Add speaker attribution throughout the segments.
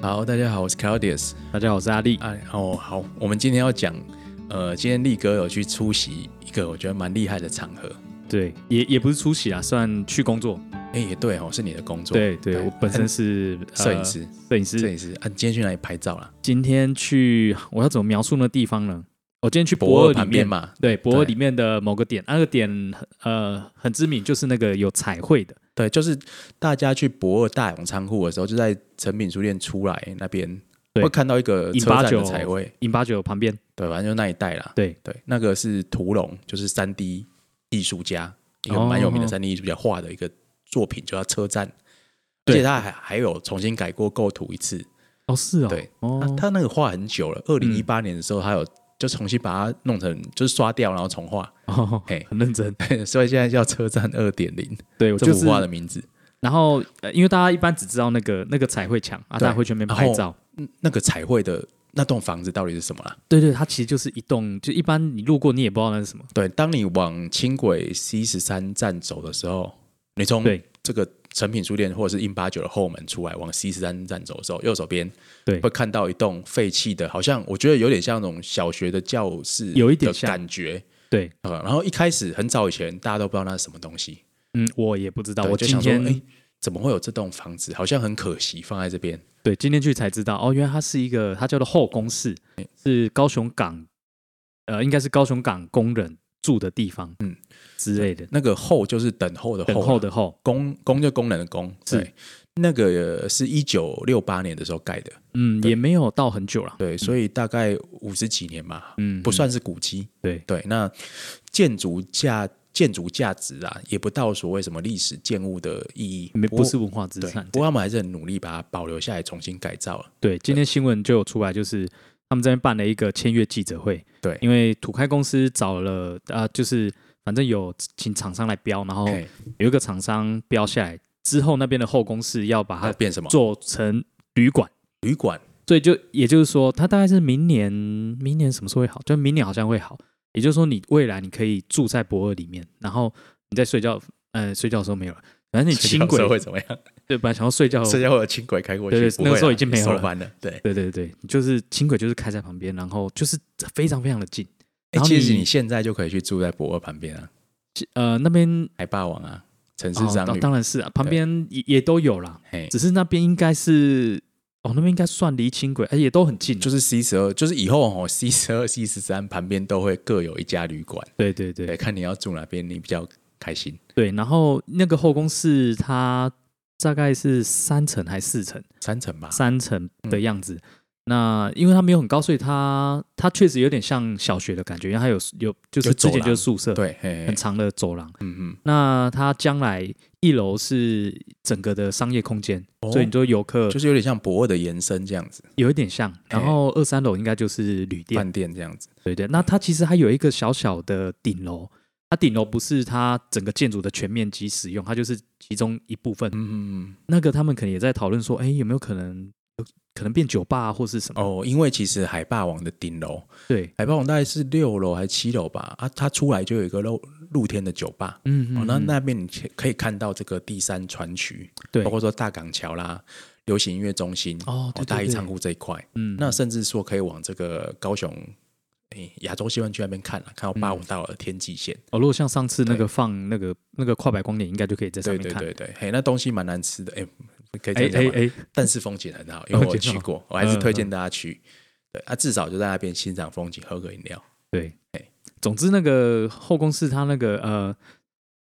Speaker 1: 好，大家好，我是 Claudius。
Speaker 2: 大家好，我是阿力。
Speaker 1: 哎，哦，好，我们今天要讲，呃，今天力哥有去出席一个我觉得蛮厉害的场合。
Speaker 2: 对，也也不是出席啊，算去工作。
Speaker 1: 哎，也对哦，是你的工作，
Speaker 2: 对对，我本身是
Speaker 1: 摄影师，
Speaker 2: 呃摄影
Speaker 1: 摄
Speaker 2: 师。
Speaker 1: 影师啊。你今天去哪里拍照啦？
Speaker 2: 今天去，我要怎么描述那地方呢？我今天去
Speaker 1: 博
Speaker 2: 尔里
Speaker 1: 旁边
Speaker 2: 面，
Speaker 1: 嘛，
Speaker 2: 对，博尔
Speaker 1: 对
Speaker 2: 里面的某个点，那个点呃很知名，就是那个有彩绘的。
Speaker 1: 对，就是大家去博二大勇仓库的时候，就在诚品书店出来那边
Speaker 2: 对
Speaker 1: 会看到一个车站的
Speaker 2: 189
Speaker 1: 彩绘，
Speaker 2: 饮八九旁边，
Speaker 1: 对，反正就那一带啦。
Speaker 2: 对，
Speaker 1: 对，那个是屠龙，就是三 D 艺术家，一个蛮有名的
Speaker 2: 哦
Speaker 1: 三 D 艺术家画的一个作品，就叫车站。而
Speaker 2: 对
Speaker 1: 且他还还有重新改过构图一次，
Speaker 2: 哦是哦，
Speaker 1: 对，他
Speaker 2: 哦，
Speaker 1: 他那个画很久了，二零一八年的时候，他有就重新把它弄成就是刷掉，然后重画，
Speaker 2: 哦
Speaker 1: 嘿，
Speaker 2: 很认真。
Speaker 1: 所以现在叫车站二点零
Speaker 2: 对，我
Speaker 1: 这
Speaker 2: 就
Speaker 1: 幅
Speaker 2: 是，
Speaker 1: 画的名字。
Speaker 2: 然后呃因为大家一般只知道那个那个彩绘墙啊，
Speaker 1: 对
Speaker 2: 大家会去那边拍
Speaker 1: 然后
Speaker 2: 照。
Speaker 1: 嗯那个彩绘的那栋房子到底是什么啊啦？
Speaker 2: 对对，它其实就是一栋，就一般你路过你也不知道那是什么。
Speaker 1: 对，当你往轻轨 C 十三站走的时候，你从
Speaker 2: 对
Speaker 1: 这个诚品书店或者是印八九的后门出来，往 C 十三站走的时候，右手边
Speaker 2: 对
Speaker 1: 会看到一栋废弃的，好像我觉得有点像那种小学的教室，
Speaker 2: 有一点像
Speaker 1: 感觉。
Speaker 2: 对，
Speaker 1: 呃，然后一开始很早以前，大家都不知道那是什么东西，
Speaker 2: 嗯，我也不知道，
Speaker 1: 对
Speaker 2: 我
Speaker 1: 就
Speaker 2: 今
Speaker 1: 想说，
Speaker 2: 天、
Speaker 1: 哎、怎么会有这栋房子？好像很可惜，放在这边。
Speaker 2: 对今天去才知道，哦，原来它是一个，它叫做后宫室，是高雄港，呃，应该是高雄港工人住的地方，
Speaker 1: 嗯
Speaker 2: 嗯之类的，
Speaker 1: 那个后就是等候的后
Speaker 2: 等
Speaker 1: 啦，
Speaker 2: 候的后，
Speaker 1: 工工就工人的工，
Speaker 2: 是
Speaker 1: 对，那个呃是一九六八年的时候盖的，
Speaker 2: 嗯，
Speaker 1: 对
Speaker 2: 也没有到很久了，
Speaker 1: 对，所以大概五十几年嘛，
Speaker 2: 嗯，
Speaker 1: 不算是古迹。
Speaker 2: 对，
Speaker 1: 对，那建筑价建筑价值啊，也不到所谓什么历史建物的意义，
Speaker 2: 没
Speaker 1: 不
Speaker 2: 不是文化资
Speaker 1: 对，
Speaker 2: 产，
Speaker 1: 不过他们还是很努力把它保留下来，重新改造啊了。
Speaker 2: 对，今天新闻就有出来，就是他们这边办了一个签约记者会。
Speaker 1: 对
Speaker 2: 因为土开公司找了啊、呃就是反正有请厂商来标，然后
Speaker 1: 嘿
Speaker 2: 有一个厂商标下来之后，那边的后宫是要把
Speaker 1: 它
Speaker 2: 它
Speaker 1: 变什么？
Speaker 2: 啊做成旅馆，
Speaker 1: 旅 馆
Speaker 2: 所以就也就是说，它大概是明年，明年什么时候会好？就明年好像会好，也就是说，你未来你可以住在博尔里面，然后你在睡觉，呃，睡觉的时候没有了，反正你
Speaker 1: 睡觉
Speaker 2: 轻
Speaker 1: 的
Speaker 2: 轨
Speaker 1: 时候会怎么样？
Speaker 2: 对，本来想要睡觉，
Speaker 1: 睡觉会有轻轨开过去，
Speaker 2: 对对
Speaker 1: 不会啦啊
Speaker 2: 那个时候已经没有了
Speaker 1: 收班了。对，
Speaker 2: 对对对，就是轻轨就是开在旁边，然后就是非常非常的近。
Speaker 1: 哎
Speaker 2: 然后
Speaker 1: 其实
Speaker 2: 你
Speaker 1: 你现在就可以去住在博尔旁边啊，
Speaker 2: 呃，那边
Speaker 1: 海霸王啊，城市
Speaker 2: 哦
Speaker 1: 商
Speaker 2: 当
Speaker 1: 旅，
Speaker 2: 当然是啊，旁边也也都有啦，
Speaker 1: 嘿，
Speaker 2: 只是那边应该是哦，那边应该算离轻轨，哎，也都很近。
Speaker 1: 就是 C 十二，就是以后哦，C 十二、C 十三旁边都会各有一家旅馆，
Speaker 2: 对对
Speaker 1: 对，
Speaker 2: 对
Speaker 1: 看你要住哪边，你比较开心。
Speaker 2: 对，然后那个后宫是它大概是三层还是四层，
Speaker 1: 三层吧，
Speaker 2: 三层
Speaker 1: 嗯
Speaker 2: 的样子。那因为它没有很高，所以它它确实有点像小学的感觉，因为它有有就是
Speaker 1: 有走
Speaker 2: 之前
Speaker 1: 廊
Speaker 2: 就是宿舍，
Speaker 1: 对，嘿嘿
Speaker 2: 很长的走廊。
Speaker 1: 嗯嗯，
Speaker 2: 那它将来一楼是整个的商业空间，
Speaker 1: 哦
Speaker 2: 所以你说游客
Speaker 1: 就是有点像博尔的延伸这样子，
Speaker 2: 有一点像，然后二三楼应该就是旅店，
Speaker 1: 饭店这样子。
Speaker 2: 对对。那它其实还有一个小小的顶楼，它顶楼不是它整个建筑的全面积使用，它就是其中一部分。
Speaker 1: 嗯嗯
Speaker 2: 那个他们可能也在讨论说，哎，有没有可能可能变酒吧、啊、或是什
Speaker 1: 嗯，
Speaker 2: 么？
Speaker 1: 哦，因为其实海霸王的顶楼，
Speaker 2: 对，
Speaker 1: 海霸王大概是六楼还是七楼吧，啊，它出来就有一个露露天的酒吧。
Speaker 2: 嗯
Speaker 1: 哦
Speaker 2: 嗯，，
Speaker 1: 那
Speaker 2: 嗯
Speaker 1: 那边你可以看到这个第三船区，
Speaker 2: 对
Speaker 1: 包括说大港桥啦、流行音乐中心、
Speaker 2: 哦对对
Speaker 1: 大一
Speaker 2: 对
Speaker 1: 仓库这一块，
Speaker 2: 嗯
Speaker 1: 那甚至说可以往这个高雄，诶亚洲西湾区那边看了，看到八五道的天际线。
Speaker 2: 哦，如果像上次那
Speaker 1: 对
Speaker 2: 个放那个那个跨百光点，应该就可以在上
Speaker 1: 对
Speaker 2: 面
Speaker 1: 对
Speaker 2: 看。
Speaker 1: 对对，嘿，那东西蛮难吃的，哎，可以这
Speaker 2: 哎
Speaker 1: 样讲吗？
Speaker 2: 哎哎，
Speaker 1: 但是风景很好，因为 我
Speaker 2: 风景
Speaker 1: 去
Speaker 2: 好
Speaker 1: 过，我还是
Speaker 2: 嗯
Speaker 1: 推荐大家去。对啊，至少就在那边欣赏风景，喝个饮料。
Speaker 2: 对
Speaker 1: 哎，
Speaker 2: 总之那个后宫是它那个呃，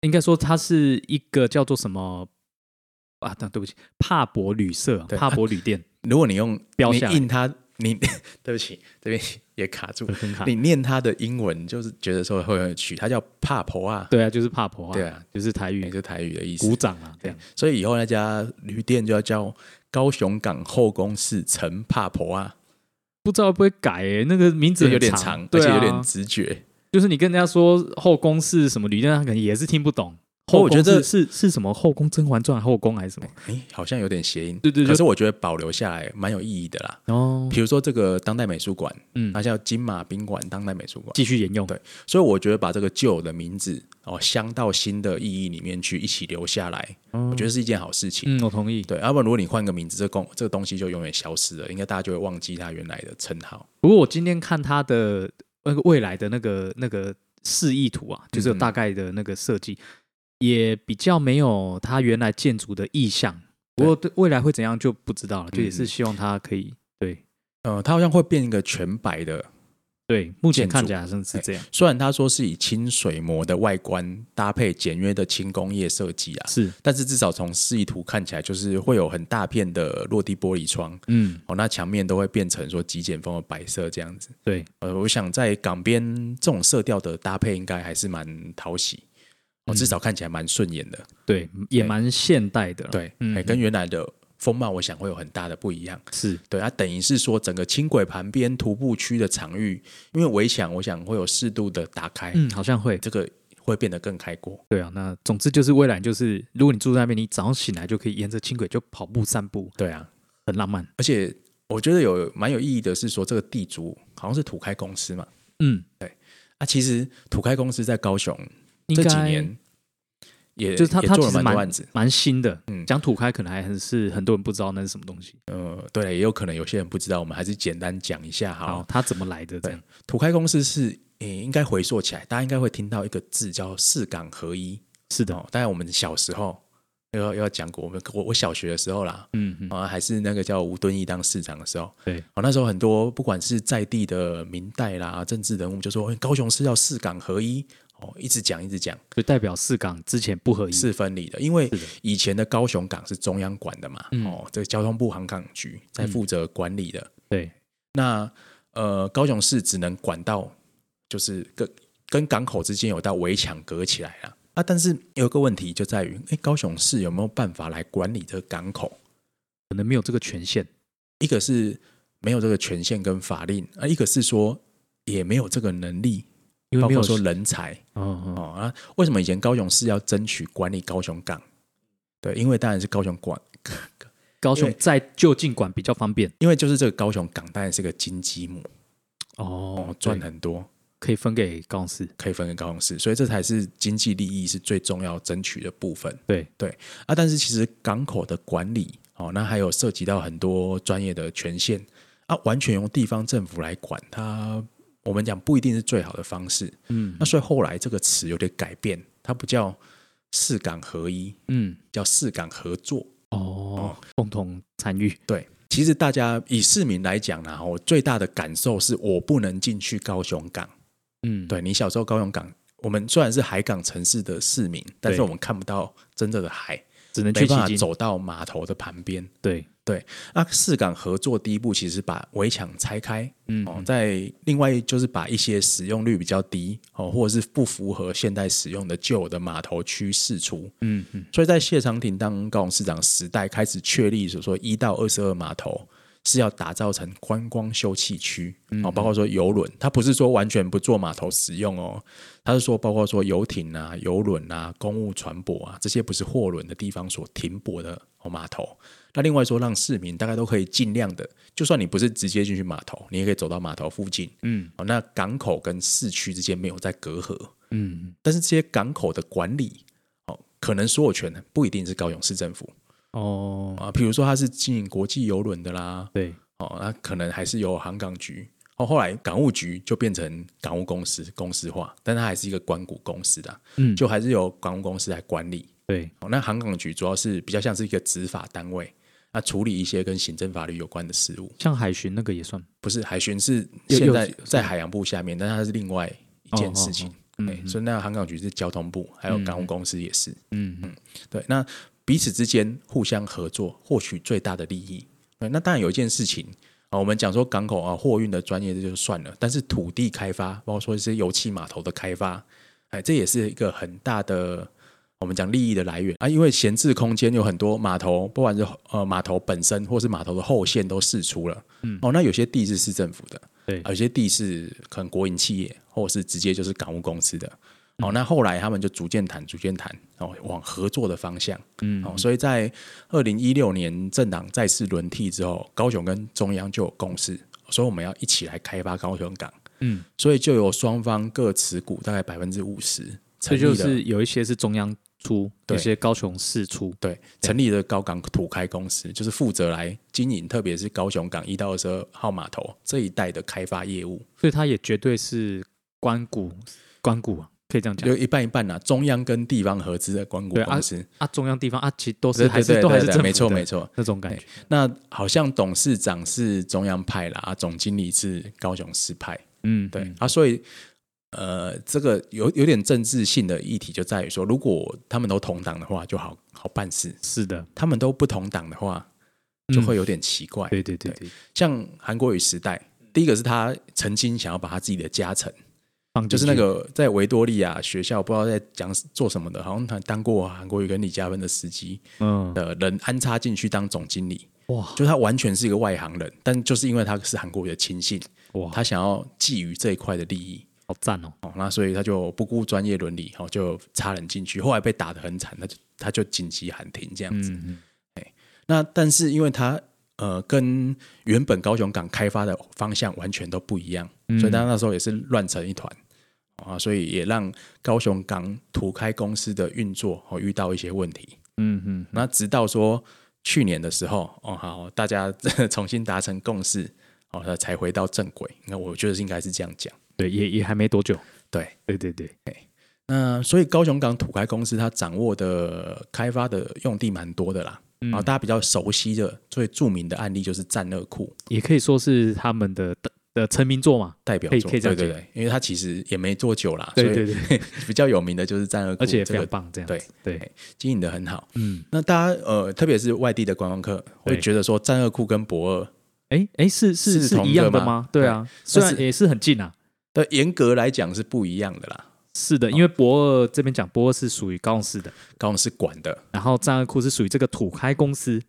Speaker 2: 应该说它是一个叫做什么啊？对，对不起，帕博旅社啊、
Speaker 1: 对
Speaker 2: 帕博旅 店，
Speaker 1: 如果你用
Speaker 2: 标
Speaker 1: 你
Speaker 2: 下来
Speaker 1: 印它，你 对不起，这边也卡 住。
Speaker 2: 很卡。
Speaker 1: 你念它的英文，就是觉得说会很有趣，它叫帕婆啊，
Speaker 2: 对啊，就是帕博啊，
Speaker 1: 对啊，
Speaker 2: 就是台
Speaker 1: 也
Speaker 2: 语
Speaker 1: 就台语的意思
Speaker 2: 鼓。掌啊，这样。
Speaker 1: 所以以后那家旅店就要叫高雄港后宫市陈帕婆啊，
Speaker 2: 不知道会不会改诶、那个名字
Speaker 1: 这
Speaker 2: 很
Speaker 1: 有点
Speaker 2: 长
Speaker 1: 长，而
Speaker 2: 对
Speaker 1: 且
Speaker 2: 啊，
Speaker 1: 有点直觉。
Speaker 2: 就是你跟人家说后宫是什么旅店，他可能也是听不懂。
Speaker 1: 不哦过我
Speaker 2: 后宫
Speaker 1: 觉得
Speaker 2: 是是是什么后宫《甄嬛传》后宫还是什么？
Speaker 1: 哎，好像有点谐音，
Speaker 2: 对对对
Speaker 1: 可是我觉得保留下来蛮有意义的啦。
Speaker 2: 哦，
Speaker 1: 比如说这个当代美术馆，
Speaker 2: 嗯
Speaker 1: 它叫金马宾馆当代美术馆，
Speaker 2: 继续沿用。
Speaker 1: 对所以我觉得把这个旧的名字哦镶到新的意义里面去，一起留下来，
Speaker 2: 哦
Speaker 1: 我觉得是一件好事情。
Speaker 2: 嗯，我同意。
Speaker 1: 对，要不然如果你换个名字，这公这个东西就永远消失了，应该大家就会忘记它原来的称号。
Speaker 2: 不过我今天看他的那个未来的那个那个示意图啊，就是有
Speaker 1: 嗯
Speaker 2: 大概的那个设计，也比较没有他原来建筑的意向。不过对未来会怎样就不知道了，就也是
Speaker 1: 嗯
Speaker 2: 希望他可以对
Speaker 1: 呃，它好像会变一个全白的，
Speaker 2: 对，目
Speaker 1: 建
Speaker 2: 前
Speaker 1: 筑
Speaker 2: 看起来好像是这样，
Speaker 1: 虽然他说是以清水模的外观搭配简约的轻工业设计啊，
Speaker 2: 是
Speaker 1: 但是至少从示意图看起来，就是会有很大片的落地玻璃窗，
Speaker 2: 嗯
Speaker 1: 哦，那墙面都会变成说极简风的白色这样子。
Speaker 2: 对，
Speaker 1: 呃，我想在港边这种色调的搭配，应该还是蛮讨喜，哦，
Speaker 2: 嗯
Speaker 1: 至少看起来蛮顺眼的。
Speaker 2: 对，也蛮现代的啦，
Speaker 1: 对，
Speaker 2: 嗯
Speaker 1: 哎跟原来的风貌，我想会有很大的不一样。
Speaker 2: 是
Speaker 1: 对，它、等于是说整个轻轨旁边徒步区的场域，因为围墙，我想会有适度的打开，
Speaker 2: 嗯，好像会
Speaker 1: 这个会变得更开阔。
Speaker 2: 对啊。那总之就是未来就是，如果你住在那边，你早上醒来就可以沿着轻轨就跑步散步，
Speaker 1: 对啊，
Speaker 2: 很浪漫。
Speaker 1: 而且我觉得有蛮有意义的是说，这个地主好像是土开公司嘛，
Speaker 2: 嗯，
Speaker 1: 啊，其实土开公司在高雄
Speaker 2: 应
Speaker 1: 这
Speaker 2: 该
Speaker 1: 几年也
Speaker 2: 就是他
Speaker 1: 也
Speaker 2: 他
Speaker 1: 做了
Speaker 2: 其实
Speaker 1: 蛮多
Speaker 2: 蛮
Speaker 1: 案子，
Speaker 2: 蛮新的。
Speaker 1: 嗯
Speaker 2: 讲土开可能还很是很多人不知道那是什么东西。
Speaker 1: 呃，对，也有可能有些人不知道，我们还是简单讲一下好
Speaker 2: 好，
Speaker 1: 了。
Speaker 2: 它怎么来的？这样
Speaker 1: 土开公司是，诶，应该回溯起来，大家应该会听到一个字叫四港合一。
Speaker 2: 是的，
Speaker 1: 哦，当然我们小时候又要又要讲过，我们我我小学的时候啦，
Speaker 2: 嗯嗯，
Speaker 1: 啊，还是那个叫吴敦义当市长的时候，
Speaker 2: 对，
Speaker 1: 哦，那时候很多不管是在地的明代啦、政治人物，就说、哎高雄市要四港合一，哦，一直讲一直讲
Speaker 2: 就代表四港之前不合一。
Speaker 1: 是分离的，因为
Speaker 2: 嗯是的
Speaker 1: 以前的高雄港是中央管的嘛，
Speaker 2: 嗯
Speaker 1: 哦，这个交通部航港局在负责管理的，
Speaker 2: 对，
Speaker 1: 那呃，高雄市只能管到就是跟跟港口之间有道围墙隔起来了。啊，但是有个问题就在于，哎，高雄市有没有办法来管理这个港口？
Speaker 2: 可能没有这个权限。
Speaker 1: 一个是没有这个权限跟法令，啊，一个是说也没有这个能力，
Speaker 2: 因为
Speaker 1: 包
Speaker 2: 没有
Speaker 1: 括说人才
Speaker 2: 哦哦，
Speaker 1: 哦啊。为什么以前高雄市要争取管理高雄港？对，因为当然是高雄管，
Speaker 2: 高
Speaker 1: 因
Speaker 2: 雄
Speaker 1: 为
Speaker 2: 在就近管比较方便
Speaker 1: 因为就是这个高雄港当然是个金鸡母
Speaker 2: 哦
Speaker 1: 哦，赚
Speaker 2: 对
Speaker 1: 很多。
Speaker 2: 可以分给高雄市。
Speaker 1: 可以分给高雄市，所以这才是经济利益是最重要争取的部分
Speaker 2: 对，
Speaker 1: 啊。但是其实港口的管理哦，那还有涉及到很多专业的权限啊，完全由地方政府来管它，我们讲不一定是最好的方式。
Speaker 2: 嗯
Speaker 1: 那所以后来这个词有点改变，它不叫四港合一，
Speaker 2: 嗯，
Speaker 1: 叫四港合作。
Speaker 2: 哦，共同参与。
Speaker 1: 对，其实大家以市民来讲呢，我最大的感受是我不能进去高雄港。
Speaker 2: 嗯，
Speaker 1: 对你小时候高雄港，我们虽然是海港城市的市民，但是
Speaker 2: 对
Speaker 1: 我们看不到真正的海，
Speaker 2: 只能
Speaker 1: 没
Speaker 2: 去
Speaker 1: 办法
Speaker 2: 西京。
Speaker 1: 走到码头的旁边。
Speaker 2: 对，
Speaker 1: 那市港合作第一步其实是把围墙拆开，
Speaker 2: 嗯
Speaker 1: 哦，在另外就是把一些使用率比较低哦，或者是不符合现代使用的旧的码头区释出。
Speaker 2: 嗯嗯，
Speaker 1: 所以在谢长廷当高雄市长时代，开始确立所说一到二十二码头是要打造成观光休憩区
Speaker 2: 嗯
Speaker 1: 哦，包括说游轮，它不是说完全不做码头使用哦，它是说包括说游艇啊、游轮啊、公务船舶啊这些不是货轮的地方所停泊的哦码头。那另外说，让市民大概都可以尽量的，就算你不是直接进去码头，你也可以走到码头附近。
Speaker 2: 嗯，
Speaker 1: 哦，那港口跟市区之间没有在隔阂。
Speaker 2: 嗯
Speaker 1: 但是这些港口的管理，哦，可能所有权不一定是高雄市政府
Speaker 2: 哦，
Speaker 1: 啊。比如说，它是经营国际游轮的啦，
Speaker 2: 对，
Speaker 1: 哦，那可能还是由航港局。哦，后来港务局就变成港务公司公司化，但它还是一个关谷公司的，
Speaker 2: 嗯，
Speaker 1: 就还是由港务公司来管理。
Speaker 2: 对，
Speaker 1: 哦，那航港局主要是比较像是一个执法单位，那处理一些跟行政法律有关的事务。
Speaker 2: 像海巡那个也算。
Speaker 1: 不是海巡是
Speaker 2: 又
Speaker 1: 现
Speaker 2: 又
Speaker 1: 在
Speaker 2: 是
Speaker 1: 在海洋部下面，但它是另外一件事情
Speaker 2: 哦。
Speaker 1: 对，所以那航港局是交通部，还有港务公司也是。
Speaker 2: 嗯嗯，
Speaker 1: 对，那彼此之间互相合作，获取最大的利益。对，那当然有一件事情啊，我们讲说港口啊，货运的专业这就算了，但是土地开发，包括说一些油气码头的开发，哎，这也是一个很大的。我们讲利益的来源啊，因为闲置空间有很多码头，不管是呃码头本身或是码头的后线都释出了，嗯，哦，那有些地是市政府的，
Speaker 2: 对
Speaker 1: 啊有些地是可能国营企业或者是直接就是港务公司的，哦，那后来他们就逐渐谈，逐渐谈，哦，往合作的方向。
Speaker 2: 嗯
Speaker 1: 哦，所以在二零一六年政党再次轮替之后，高雄跟中央就有共识，所以我们要一起来开发高雄港。
Speaker 2: 嗯，
Speaker 1: 所以就有双方各持股大概百分之五十，成
Speaker 2: 这
Speaker 1: 立了
Speaker 2: 就是有一些是中央出，
Speaker 1: 对
Speaker 2: 有些高雄市出，
Speaker 1: 对成立了高港土开公司，就是负责来经营，特别是高雄港一到二十二号码头这一带的开发业务，
Speaker 2: 所以它也绝对是关谷关谷啊，可以这样讲
Speaker 1: 有一半一半啦、中央跟地方合资的关谷
Speaker 2: 对啊
Speaker 1: 公司，
Speaker 2: 啊。中央地方啊，其实都
Speaker 1: 对
Speaker 2: 是还是都还是政府
Speaker 1: 没错
Speaker 2: 的
Speaker 1: 没错。
Speaker 2: 那种感觉。
Speaker 1: 那好像董事长是中央派啦，啊，总经理是高雄市派，
Speaker 2: 嗯，
Speaker 1: 对、
Speaker 2: 嗯
Speaker 1: 啊，所以呃，这个有有点政治性的议题就在于说，如果他们都同党的话，就好好办事；
Speaker 2: 是的，
Speaker 1: 他们都不同党的话，就会有点奇怪。
Speaker 2: 嗯对对对对，
Speaker 1: 像韩国语时代，第一个是他曾经想要把他自己的家臣，
Speaker 2: 嗯放进
Speaker 1: 就是那
Speaker 2: 去
Speaker 1: 个在维多利亚学校不知道在讲做什么的，好像他当过韩国语跟李嘉文的司机
Speaker 2: 嗯
Speaker 1: 的人安插进去当总经理，
Speaker 2: 哇
Speaker 1: 就他完全是一个外行人，但就是因为他是韩国语的亲信，
Speaker 2: 哇，
Speaker 1: 他想要觊觎这一块的利益。
Speaker 2: 好赞哦，
Speaker 1: 哦，那所以他就不顾专业伦理，哦，就插人进去，后来被打得很惨，他就他就紧急喊停这样子。
Speaker 2: 嗯嗯
Speaker 1: 那但是因为他呃跟原本高雄港开发的方向完全都不一样，
Speaker 2: 嗯
Speaker 1: 所以他那时候也是乱成一团啊，所以也让高雄港土开公司的运作哦遇到一些问题。
Speaker 2: 嗯嗯，
Speaker 1: 那直到说去年的时候哦，好，大家 重新达成共识哦，那才回到正轨。那我觉得是应该是这样讲，
Speaker 2: 对，也也还没多久，
Speaker 1: 对。
Speaker 2: 对对对，
Speaker 1: 那所以高雄港土开公司它掌握的开发的用地蛮多的啦，
Speaker 2: 嗯
Speaker 1: 啊、大家比较熟悉的最著名的案例就是战乐库，
Speaker 2: 也可以说是他们的的的成名作嘛，
Speaker 1: 代表
Speaker 2: 可以
Speaker 1: 作，
Speaker 2: 可以这
Speaker 1: 对
Speaker 2: 样
Speaker 1: 对
Speaker 2: 讲
Speaker 1: 对，因为他其实也没做久啦，
Speaker 2: 对对
Speaker 1: 所以
Speaker 2: 对，
Speaker 1: 比较有名的就是战二库，
Speaker 2: 而且也
Speaker 1: 这
Speaker 2: 非常
Speaker 1: 个
Speaker 2: 棒，这样
Speaker 1: 对
Speaker 2: 子对，
Speaker 1: 经营的很好。
Speaker 2: 嗯，
Speaker 1: 那大家呃，特别是外地的观光客，
Speaker 2: 对
Speaker 1: 会觉得说战二库跟博二，
Speaker 2: 哎哎，是是
Speaker 1: 是
Speaker 2: 是
Speaker 1: 同
Speaker 2: 一样
Speaker 1: 个
Speaker 2: 的
Speaker 1: 吗
Speaker 2: 吗？对啊，虽然
Speaker 1: 但是
Speaker 2: 也是很近啊，
Speaker 1: 但呃严格来讲是不一样的啦。
Speaker 2: 是的，因为博二这边讲博二是属于高雄市的，
Speaker 1: 高雄是管的、
Speaker 2: 然后战二库是属于这个土开公司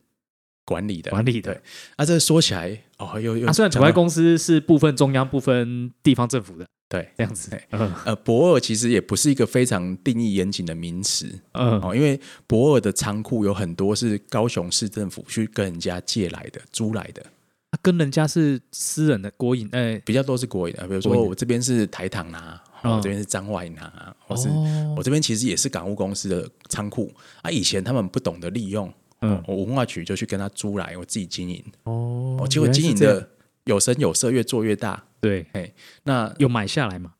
Speaker 1: 管理的、
Speaker 2: 管理的
Speaker 1: 对。啊，这说起来哦，又又
Speaker 2: 啊，虽然土
Speaker 1: 讲到
Speaker 2: 开公司是部分中央、部分地方政府的
Speaker 1: 对，
Speaker 2: 这样子
Speaker 1: 对，
Speaker 2: 嗯
Speaker 1: 呃，博二其实也不是一个非常定义严谨的名词
Speaker 2: 嗯
Speaker 1: 哦，因为博二的仓库有很多是高雄市政府去跟人家借来的、租来的，
Speaker 2: 啊跟人家是私人的国营，哎，
Speaker 1: 比较多是国营的，比如
Speaker 2: 国
Speaker 1: 说
Speaker 2: 营的
Speaker 1: 我这边是台糖啊，
Speaker 2: 嗯
Speaker 1: 我这边是彰化银行啊，我是、
Speaker 2: 哦，
Speaker 1: 我这边其实也是港务公司的仓库啊。以前他们不懂得利用，
Speaker 2: 嗯
Speaker 1: 我文化局就去跟他租来，我自己经营，
Speaker 2: 哦
Speaker 1: 我结果
Speaker 2: 原来是
Speaker 1: 经营
Speaker 2: 这样
Speaker 1: 的有声有色，越做越大。
Speaker 2: 对，
Speaker 1: 那
Speaker 2: 有买下来嘛？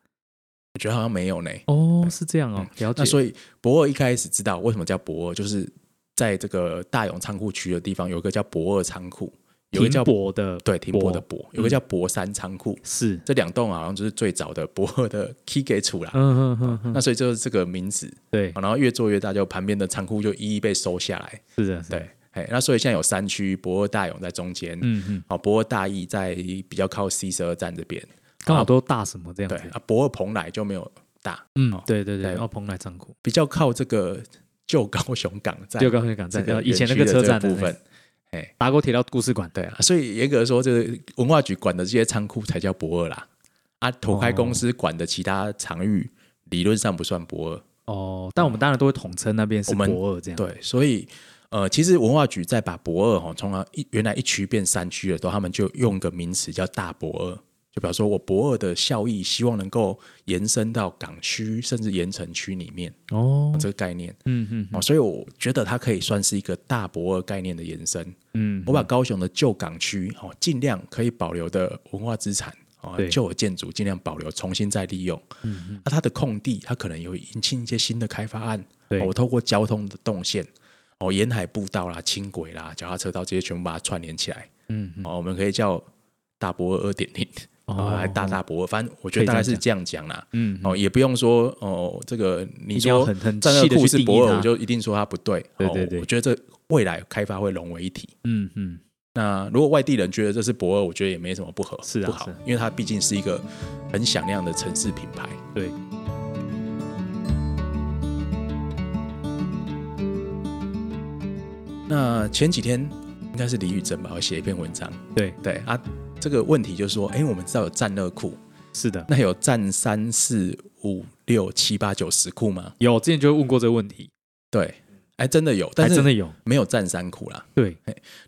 Speaker 1: 我觉得好像没有呢。
Speaker 2: 哦，是这样哦，了解。
Speaker 1: 那所以博二一开始知道为什么叫博二，就是在这个大勇仓库区的地方有一个叫博二仓库，有一个
Speaker 2: 停
Speaker 1: 叫
Speaker 2: 泊嗯的
Speaker 1: 对停泊的博，有一个叫博山仓库。
Speaker 2: 是，
Speaker 1: 这两栋啊好像就是最早的博二的 key 给处啦。
Speaker 2: 嗯嗯嗯嗯，
Speaker 1: 那所以就是这个名字，
Speaker 2: 对，
Speaker 1: 然后越做越大，就旁边的仓库就一一被收下来。
Speaker 2: 是的，是的，
Speaker 1: 对，哎，那所以现在有三区，博二大勇在中间，
Speaker 2: 嗯嗯，
Speaker 1: 好、博二大义在比较靠 C 十二站这边，
Speaker 2: 刚好都大什么这样
Speaker 1: 对
Speaker 2: 子，
Speaker 1: 啊，博二蓬莱就没有大，
Speaker 2: 嗯，对对
Speaker 1: 对
Speaker 2: 对，哦，蓬莱仓库，
Speaker 1: 比较靠这个旧高雄港站，
Speaker 2: 就刚才港
Speaker 1: 这
Speaker 2: 站，
Speaker 1: 个
Speaker 2: 呃以前那
Speaker 1: 园区的
Speaker 2: 车站
Speaker 1: 这个
Speaker 2: 的那
Speaker 1: 部分
Speaker 2: 个，打狗铁道故事馆，
Speaker 1: 对啊，所以严格说，就是文化局管的这些仓库才叫博二啦，啊，土开公司管的其他场域理论上不算博二，
Speaker 2: 哦，但我们当然都会统称那边是
Speaker 1: 我们
Speaker 2: 国二这样，
Speaker 1: 对，所以呃，其实文化局在把博二哈，从啊一原来一区变三区的时候，他们就用个名词叫大博二，就比方说我博二的效益希望能够延伸到港区甚至盐城区里面、
Speaker 2: 哦，
Speaker 1: 这个概念
Speaker 2: 嗯嗯
Speaker 1: 哦，所以我觉得它可以算是一个大博二概念的延伸。
Speaker 2: 嗯，
Speaker 1: 我把高雄的旧港区哦，尽量可以保留的文化资产哦
Speaker 2: 对，
Speaker 1: 旧有建筑尽量保留，重新再利用。嗯，那、它的空地，它可能有引进一些新的开发案。
Speaker 2: 对
Speaker 1: 哦我透过交通的动线，哦，沿海步道啦、轻轨啦、脚踏车道这些全部把它串联起来。
Speaker 2: 嗯嗯，
Speaker 1: 哦，我们可以叫大博二二点零，
Speaker 2: 哦
Speaker 1: 哦，还大大博二，反正我觉得大概是这样讲啦。
Speaker 2: 嗯，
Speaker 1: 哦，也不用说哦，这个你
Speaker 2: 一定要
Speaker 1: 说
Speaker 2: 很很
Speaker 1: 战
Speaker 2: 细
Speaker 1: 略
Speaker 2: 地
Speaker 1: 库
Speaker 2: 去
Speaker 1: 是
Speaker 2: 定义
Speaker 1: 博
Speaker 2: 它
Speaker 1: 尔，我就一定说它不对。
Speaker 2: 对
Speaker 1: 哦
Speaker 2: 对对
Speaker 1: 我觉得这未来开发会融为一体。
Speaker 2: 嗯嗯，
Speaker 1: 那如果外地人觉得这是博尔，我觉得也没什么不合，
Speaker 2: 是啊
Speaker 1: 不好
Speaker 2: 是啊，
Speaker 1: 因为它毕竟是一个很响亮的城市品牌。
Speaker 2: 对。
Speaker 1: 那前几天应该是李宇珍吧，我写一篇文章，
Speaker 2: 对，
Speaker 1: 对啊，这个问题就是说，哎，我们知道有战乐库，
Speaker 2: 是的，
Speaker 1: 那有战三四五六七八九十库吗？
Speaker 2: 有之前就问过这个问题，
Speaker 1: 对，哎，真的有，
Speaker 2: 还
Speaker 1: 但
Speaker 2: 真
Speaker 1: 是
Speaker 2: 的有。哎
Speaker 1: 没有占三库啦。
Speaker 2: 对，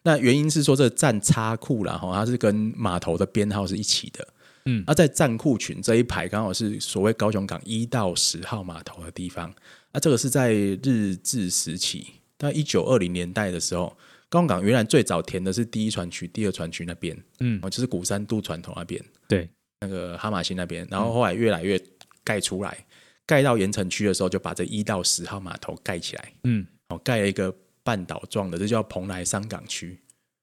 Speaker 1: 那原因是说这站差库啦，哈，它是跟码头的编号是一起的。
Speaker 2: 嗯
Speaker 1: 那、在站库群这一排刚好是所谓高雄港一到十号码头的地方。那、这个是在日治时期，到一九二零年代的时候，高雄港原来最早填的是第一船区、第二船区那边，
Speaker 2: 嗯，
Speaker 1: 哦，就是鼓山渡船头那边，
Speaker 2: 对，嗯
Speaker 1: 那个哈马星那边。然后后来越来越盖出来，盖到盐城区的时候，就把这一到十号码头盖起来，
Speaker 2: 嗯，
Speaker 1: 哦，盖了一个半岛状的，这叫蓬莱商港区。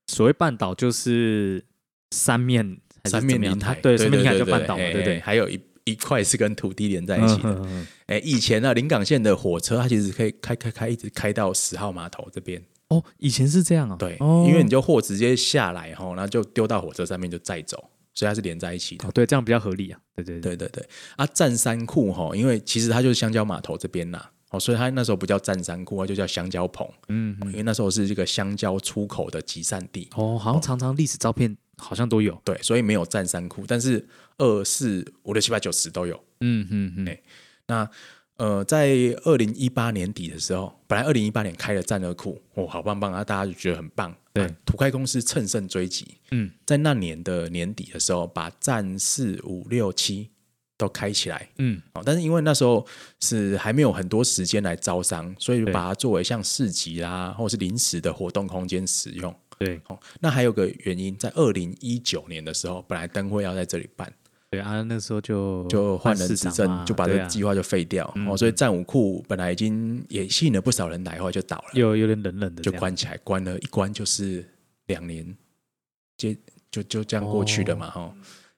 Speaker 2: 所谓半岛就是三面还是
Speaker 1: 三面
Speaker 2: 怎么样
Speaker 1: 临
Speaker 2: 它
Speaker 1: 海，
Speaker 2: 对，三面临海
Speaker 1: 对
Speaker 2: 就半岛嘛，
Speaker 1: 哎
Speaker 2: 对不
Speaker 1: 哎
Speaker 2: 对？
Speaker 1: 还有一一块是跟土地连在一起
Speaker 2: 嗯
Speaker 1: 的。
Speaker 2: 嗯嗯
Speaker 1: 哎、以前呢、啊，临港线的火车它其实可以开开开，一直开到十号码头这边。
Speaker 2: 哦，以前是这样啊，
Speaker 1: 对，
Speaker 2: 哦
Speaker 1: 因为你就货直接下来吼，然后就丢到火车上面就载走，所以它是连在一起的。
Speaker 2: 哦，对，这样比较合理啊，对对对，
Speaker 1: 对对对，啊，站山库吼，因为其实它就是香蕉码头这边啦，哦，所以它那时候不叫站山库，它就叫香蕉棚，
Speaker 2: 嗯，嗯
Speaker 1: 因为那时候是这个香蕉出口的集散地。
Speaker 2: 哦，好像常常历史照片好像都有，
Speaker 1: 对，所以没有站山库，但是二四五六七八九十都有。
Speaker 2: 嗯嗯嗯，
Speaker 1: 哎那呃，在二零一八年底的时候，本来二零一八年开了战二库，哦，好棒棒啊，大家就觉得很棒。
Speaker 2: 对
Speaker 1: 啊土开公司乘胜追击，
Speaker 2: 嗯，
Speaker 1: 在那年的年底的时候，把战四五六七都开起来。
Speaker 2: 嗯，
Speaker 1: 哦，但是因为那时候是还没有很多时间来招商，所以
Speaker 2: 对
Speaker 1: 把它作为像市集啦，或是临时的活动空间使用。
Speaker 2: 对
Speaker 1: 哦，那还有个原因，在二零一九年的时候，本来灯会要在这里办，
Speaker 2: 对啊，那时候就
Speaker 1: 就换人
Speaker 2: 市
Speaker 1: 执
Speaker 2: 长嘛
Speaker 1: 政，就把这
Speaker 2: 对
Speaker 1: 个
Speaker 2: 啊嗯
Speaker 1: 计划就废掉。哦，所以战武库本来已经也吸引了不少人来，后来就倒了，
Speaker 2: 又有点冷冷的
Speaker 1: 就
Speaker 2: 这样，
Speaker 1: 关起来，关了一关就是两年，接就就这样过去
Speaker 2: 哦
Speaker 1: 的嘛，哈、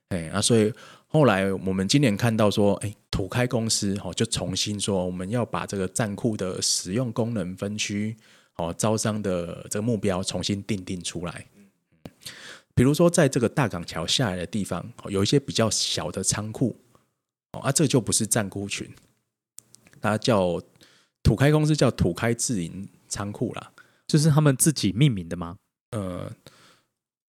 Speaker 1: 哎啊，所以后来我们今年看到说，哎，土开公司哦，就重新说我们要把这个战库的使用功能分区哦，招商的这个目标重新定定出来。比如说，在这个大港桥下来的地方，哦有一些比较小的仓库，哦啊，这就不是战库群，它叫土开公司叫土开自营仓库啦。
Speaker 2: 就是他们自己命名的吗？
Speaker 1: 呃，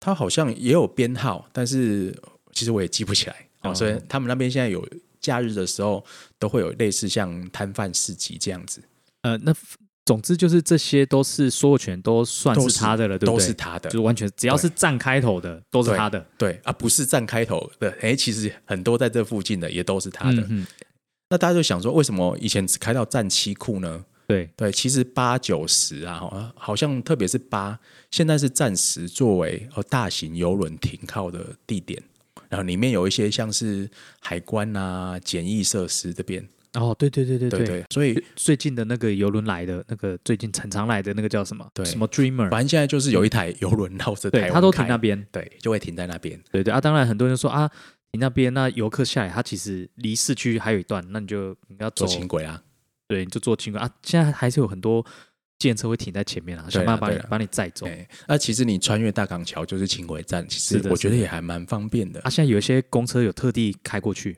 Speaker 1: 它好像也有编号，但是其实我也记不起来哦。
Speaker 2: 哦
Speaker 1: 所以他们那边现在有假日的时候，都会有类似像摊贩市集这样子，
Speaker 2: 呃，那 f- 总之就是这些都是所有权都算
Speaker 1: 都
Speaker 2: 是他的了，对不
Speaker 1: 都
Speaker 2: 对？
Speaker 1: 是他的
Speaker 2: 就。是完全只要是站开头的都是他的，
Speaker 1: 对啊，不是站开头的，哎，其实很多在这附近的也都是他的。
Speaker 2: 嗯嗯，
Speaker 1: 那大家就想说，为什么以前只开到站七库呢？
Speaker 2: 对，
Speaker 1: 对，其实八九十啊，好好像特别是八，现在是暂时作为呃大型游轮停靠的地点，然后里面有一些像是海关啊、检疫设施这边，
Speaker 2: 哦，对对对对
Speaker 1: 对对，所以
Speaker 2: 最近的那个游轮来的那个，最近常常来的那个叫什么？
Speaker 1: 对
Speaker 2: 什么 Dreamer？
Speaker 1: 反正现在就是有一台游轮绕着台
Speaker 2: 对，
Speaker 1: 湾
Speaker 2: 他都停
Speaker 1: 开
Speaker 2: 那，边。
Speaker 1: 对，就会停在那边，
Speaker 2: 对对啊，当然很多人说啊，你那边那游客下来，他其实离市区还有一段，那你就你要走
Speaker 1: 坐，轻轨啊，
Speaker 2: 对，你就坐轻轨啊。现在还是有很多建车会停在前面啊，想办法把
Speaker 1: 对
Speaker 2: 你
Speaker 1: 啦
Speaker 2: 把你载走。
Speaker 1: 对，那其实你穿越大港桥就是轻轨站，其
Speaker 2: 是
Speaker 1: 实
Speaker 2: 的
Speaker 1: 我觉
Speaker 2: 是
Speaker 1: 得
Speaker 2: 的
Speaker 1: 也还蛮方便的
Speaker 2: 啊，。现在有一些公车有特地开过去。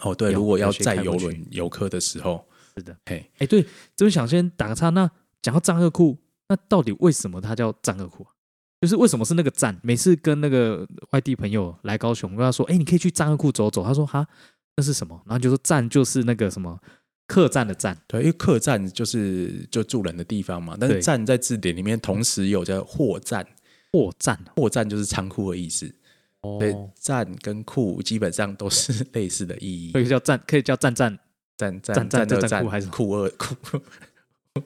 Speaker 1: 哦，对，
Speaker 2: 有
Speaker 1: 如果
Speaker 2: 有
Speaker 1: 要
Speaker 2: 些
Speaker 1: 载
Speaker 2: 开过
Speaker 1: 游
Speaker 2: 去
Speaker 1: 轮游客的时候，
Speaker 2: 是的，
Speaker 1: 嘿，
Speaker 2: 哎，对，这边想先打个岔。那讲到战恶库，那到底为什么它叫战恶库啊？就是为什么是那个站？每次跟那个外地朋友来高雄，我跟他说：“哎，你可以去战恶库走走。”他说：“哈，那是什么？”然后就说：“站就是那个什么客栈的站。
Speaker 1: 对，因为客栈就是就住人的地方嘛，但是
Speaker 2: 对
Speaker 1: 站在字典里面同时有叫货站，”
Speaker 2: 货啊站
Speaker 1: 货站就是仓库的意思，
Speaker 2: 哦
Speaker 1: 所以站跟库基本上都是 类似的意义
Speaker 2: 可。以叫站，可以叫站站。
Speaker 1: 站
Speaker 2: 站
Speaker 1: 站
Speaker 2: 站
Speaker 1: 的
Speaker 2: 站
Speaker 1: 站
Speaker 2: 库还是什么
Speaker 1: 库二库？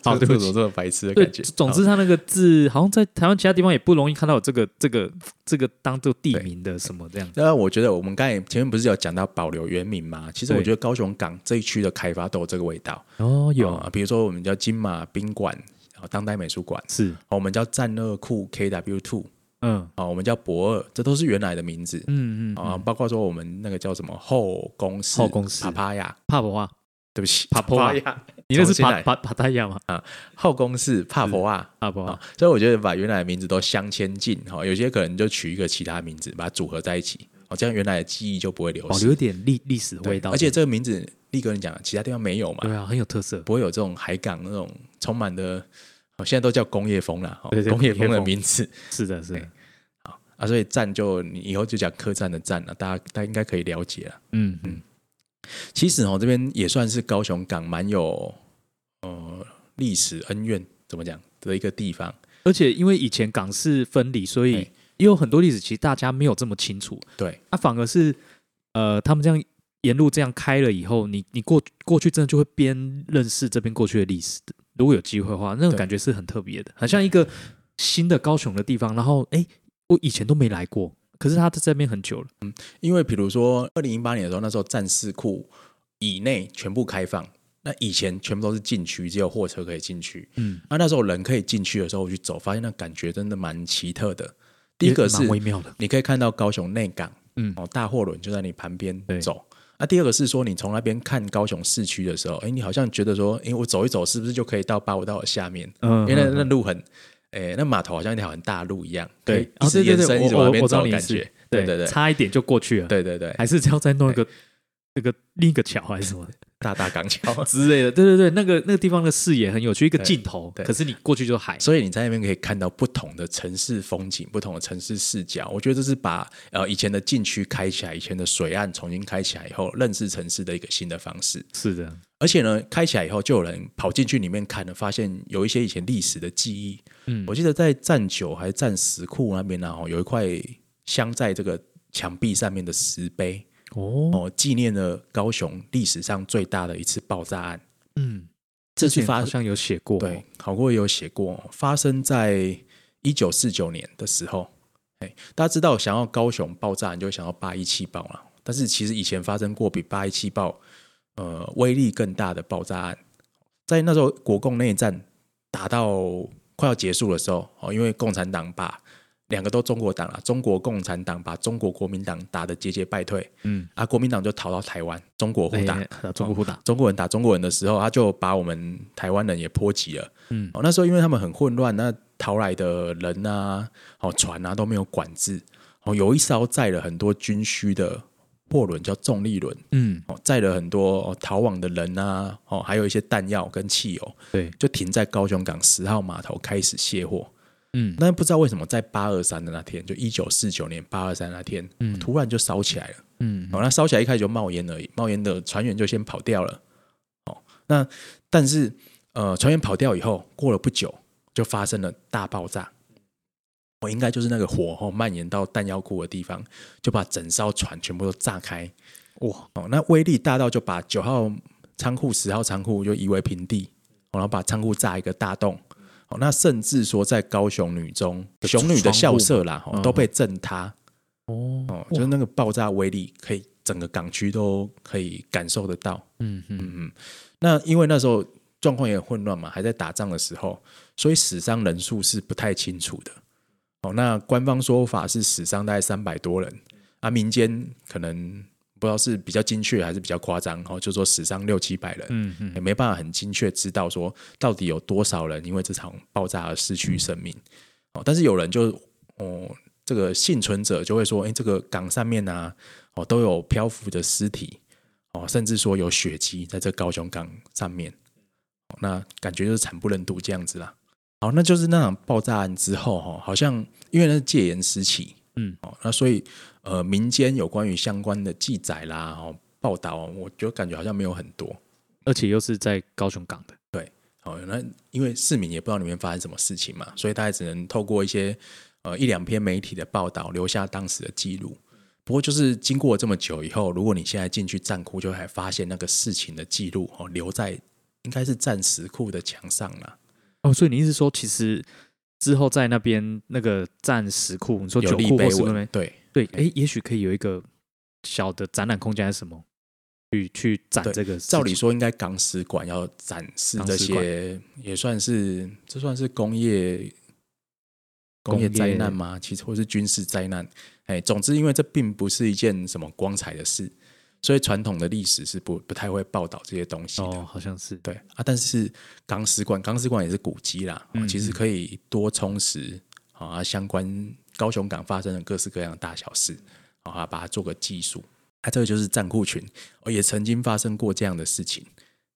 Speaker 2: 哦对不
Speaker 1: 这
Speaker 2: 起
Speaker 1: 种这么白痴的
Speaker 2: 对，
Speaker 1: 感觉。
Speaker 2: 总之它那个字好像在台湾其他地方也不容易看到有这个这个这个当做地
Speaker 1: 对
Speaker 2: 名的什么这样子。
Speaker 1: 当然，我觉得我们刚才前面不是有讲到保留原名嘛？其实我
Speaker 2: 对
Speaker 1: 觉得高雄港这一区的开发都有这个味道。
Speaker 2: 哦，
Speaker 1: 啊，比如说我们叫金马宾馆，啊，当代美术馆，
Speaker 2: 是
Speaker 1: 啊我们叫战二库 KW Two，
Speaker 2: 嗯
Speaker 1: 啊，我们叫博二，这都是原来的名字。
Speaker 2: 嗯嗯
Speaker 1: 啊，
Speaker 2: 嗯，
Speaker 1: 包括说我们那个叫什么后宫室、
Speaker 2: 后宫室
Speaker 1: 帕帕亚，
Speaker 2: 帕博啊，
Speaker 1: 对不起，
Speaker 2: 帕婆啊亚
Speaker 1: 亚，
Speaker 2: 你那是
Speaker 1: 重新
Speaker 2: 帕
Speaker 1: 来
Speaker 2: 帕帕达亚吗？
Speaker 1: 后宫室帕婆亚
Speaker 2: 帕博啊
Speaker 1: 啊，，所以我觉得把原来的名字都镶嵌进哈、哦，有些可能就取一个其他名字，把它组合在一起，哦，这样原来的记忆就不会流
Speaker 2: 保
Speaker 1: 失
Speaker 2: 留一点历历史的味道，
Speaker 1: 而且这个名字，力哥你讲，其他地方没有嘛，
Speaker 2: 对啊，很有特色。
Speaker 1: 不会有这种海港那种充满的，哦，现在都叫工业风啦，哦
Speaker 2: 对对
Speaker 1: 工业
Speaker 2: 工
Speaker 1: 风
Speaker 2: 业
Speaker 1: 的
Speaker 2: 风
Speaker 1: 名字
Speaker 2: 是的，是的，
Speaker 1: 啊，所以站就你以后就讲客栈的站了、大家大家应该可以了解了。
Speaker 2: 嗯嗯。
Speaker 1: 其实哦，这边也算是高雄港蛮有呃历史恩怨，怎么讲的一个地方。
Speaker 2: 而且因为以前港式分离，所以
Speaker 1: 哎
Speaker 2: 也有很多历史，其实大家没有这么清楚。
Speaker 1: 对，
Speaker 2: 啊，反而是呃，他们这样沿路这样开了以后，你你过过去真的就会边认识这边过去的历史的。如果有机会的话，那种
Speaker 1: 对
Speaker 2: 感觉是很特别的，很像一个新的高雄的地方。然后哎、我以前都没来过，可是他在这边很久了。
Speaker 1: 因为比如说二零零八年的时候，那时候战事库以内全部开放，那以前全部都是禁区，只有货车可以进去。
Speaker 2: 嗯，
Speaker 1: 那那时候人可以进去的时候，我去走，发现那感觉真的蛮奇特的。第一个
Speaker 2: 也
Speaker 1: 是
Speaker 2: 蛮微妙的。
Speaker 1: 你可以看到高雄内港，
Speaker 2: 嗯
Speaker 1: 哦，大货轮就在你旁边
Speaker 2: 对
Speaker 1: 走。那、第二个是说，你从那边看高雄市区的时候，哎，你好像觉得说，哎，我走一走，是不是就可以到八五道的下面？
Speaker 2: 嗯
Speaker 1: 因为那
Speaker 2: 嗯
Speaker 1: 那路很，哎，那码头好像一条很大路一样，
Speaker 2: 对
Speaker 1: 可以一
Speaker 2: 啊
Speaker 1: 直
Speaker 2: 对对
Speaker 1: 延
Speaker 2: 对
Speaker 1: 伸，一直
Speaker 2: 我
Speaker 1: 往那
Speaker 2: 我
Speaker 1: 边
Speaker 2: 我知道
Speaker 1: 走，
Speaker 2: 你
Speaker 1: 感
Speaker 2: 是
Speaker 1: 觉，对对对，
Speaker 2: 差一点就过去了。，
Speaker 1: 对对对，
Speaker 2: 还是要再弄一个 那个另一个桥还是什么的。
Speaker 1: 大大港桥
Speaker 2: 之类的。对对对，那个那个地方的视野很有趣，一个
Speaker 1: 对
Speaker 2: 镜头，
Speaker 1: 对
Speaker 2: 可是你过去就海。
Speaker 1: 所以你在那边可以看到不同的城市风景、不同的城市视角。我觉得这是把呃以前的禁区开起来，以前的水岸重新开起来以后，认识城市的一个新的方式。
Speaker 2: 是的，
Speaker 1: 而且呢，开起来以后就有人跑进去里面看了，发现有一些以前历史的记忆。
Speaker 2: 嗯
Speaker 1: 我记得在站九还是站石库那边呢、哦，有一块镶在这个墙壁上面的石碑，
Speaker 2: 哦，
Speaker 1: 哦，纪念了高雄历史上最大的一次爆炸案。
Speaker 2: 嗯，
Speaker 1: 这
Speaker 2: 之
Speaker 1: 是
Speaker 2: 前
Speaker 1: 发
Speaker 2: 好像有写过，
Speaker 1: 对，考过也有写过，发生在一九四九年的时候。哎，大家知道想要高雄爆炸，你就会想要八一七爆了。但是其实以前发生过比八一七爆呃威力更大的爆炸案，在那时候国共内战打到快要结束的时候，哦，因为共产党把两个都中国党啊，中国共产党把中国国民党打得节节败退，
Speaker 2: 嗯，
Speaker 1: 啊，国民党就逃到台湾，中国互
Speaker 2: 哎
Speaker 1: 打，
Speaker 2: 打中国互打，
Speaker 1: 中国人打中国人的时候，他就把我们台湾人也波及了。
Speaker 2: 嗯
Speaker 1: 哦，那时候因为他们很混乱，那逃来的人啊，哦船啊都没有管制。哦，有一艘载了很多军需的货轮叫重力轮，
Speaker 2: 嗯，
Speaker 1: 哦，载了很多、哦、逃往的人啊，哦，还有一些弹药跟汽油，
Speaker 2: 对，
Speaker 1: 就停在高雄港十号码头开始卸货。
Speaker 2: 嗯
Speaker 1: 那不知道为什么在八二三的那天，就一九四九年八二三那天，
Speaker 2: 嗯
Speaker 1: 突然就烧起来了。
Speaker 2: 嗯，
Speaker 1: 哦，那烧起来一开始就冒烟而已，冒烟的船员就先跑掉了。哦，那但是呃，船员跑掉以后，过了不久就发生了大爆炸。我应该就是那个火哦蔓延到弹药库的地方，就把整艘船全部都炸开。
Speaker 2: 哇，
Speaker 1: 哦，那威力大到就把九号仓库、十号仓库就夷为平地，哦然后把仓库炸一个大洞。哦，那甚至说在高雄女中，
Speaker 2: 的
Speaker 1: 雄女的校
Speaker 2: 窗户
Speaker 1: 舍啦，哦
Speaker 2: 嗯
Speaker 1: 都被震塌。
Speaker 2: 哦，
Speaker 1: 哦，就是那个爆炸威力，可以整个港区都可以感受得到。
Speaker 2: 嗯嗯，
Speaker 1: 嗯嗯，那因为那时候状况也很混乱嘛，还在打仗的时候，所以死伤人数是不太清楚的。哦，那官方说法是死伤大概三百多人，啊，民间可能不知道是比较精确还是比较夸张，哦，就说死伤六七百人。
Speaker 2: 嗯嗯，
Speaker 1: 也没办法很精确知道说到底有多少人因为这场爆炸而失去生命。哦，但是有人就哦，这个幸存者就会说，哎，这个港上面啊，哦都有漂浮的尸体，哦，甚至说有血迹在这高雄港上面，哦那感觉就是惨不忍睹这样子啦。好，那就是那场爆炸案之后哈、哦，好像因为那是戒严时期，
Speaker 2: 嗯，
Speaker 1: 哦，那所以呃，民间有关于相关的记载啦，哦，报道，我就感觉好像没有很多。
Speaker 2: 而且又是在高雄港的，
Speaker 1: 哦，那因为市民也不知道里面发生什么事情嘛，所以大概只能透过一些呃一两篇媒体的报道留下当时的记录。不过就是经过这么久以后，如果你现在进去战库，就还发现那个事情的记录哦，留在应该是战时库的墙上啦。
Speaker 2: 哦，所以你意思说，其实之后在那边那个战石库，你说
Speaker 1: 有
Speaker 2: 九
Speaker 1: 立
Speaker 2: 库
Speaker 1: 碑
Speaker 2: 或是那
Speaker 1: 文
Speaker 2: 边，
Speaker 1: 对
Speaker 2: 对，哎，也许可以有一个小的展览空间还是什么，去去展
Speaker 1: 对
Speaker 2: 这个事情，
Speaker 1: 照理说应该港史馆要展示
Speaker 2: 港
Speaker 1: 这
Speaker 2: 史
Speaker 1: 些，也算是这算是工业工业
Speaker 2: 工业
Speaker 1: 灾难吗？其实或是军事灾难？哎，总之，因为这并不是一件什么光彩的事，所以传统的历史是不不太会报道这些东西的。
Speaker 2: 哦，好像是，
Speaker 1: 对啊，但是港史馆，港史馆也是古迹啦，哦
Speaker 2: 嗯
Speaker 1: 其实可以多充实哦啊相关高雄港发生的各式各样的大小事，哦啊把它做个记述。啊，这个就是战库群，哦也曾经发生过这样的事情。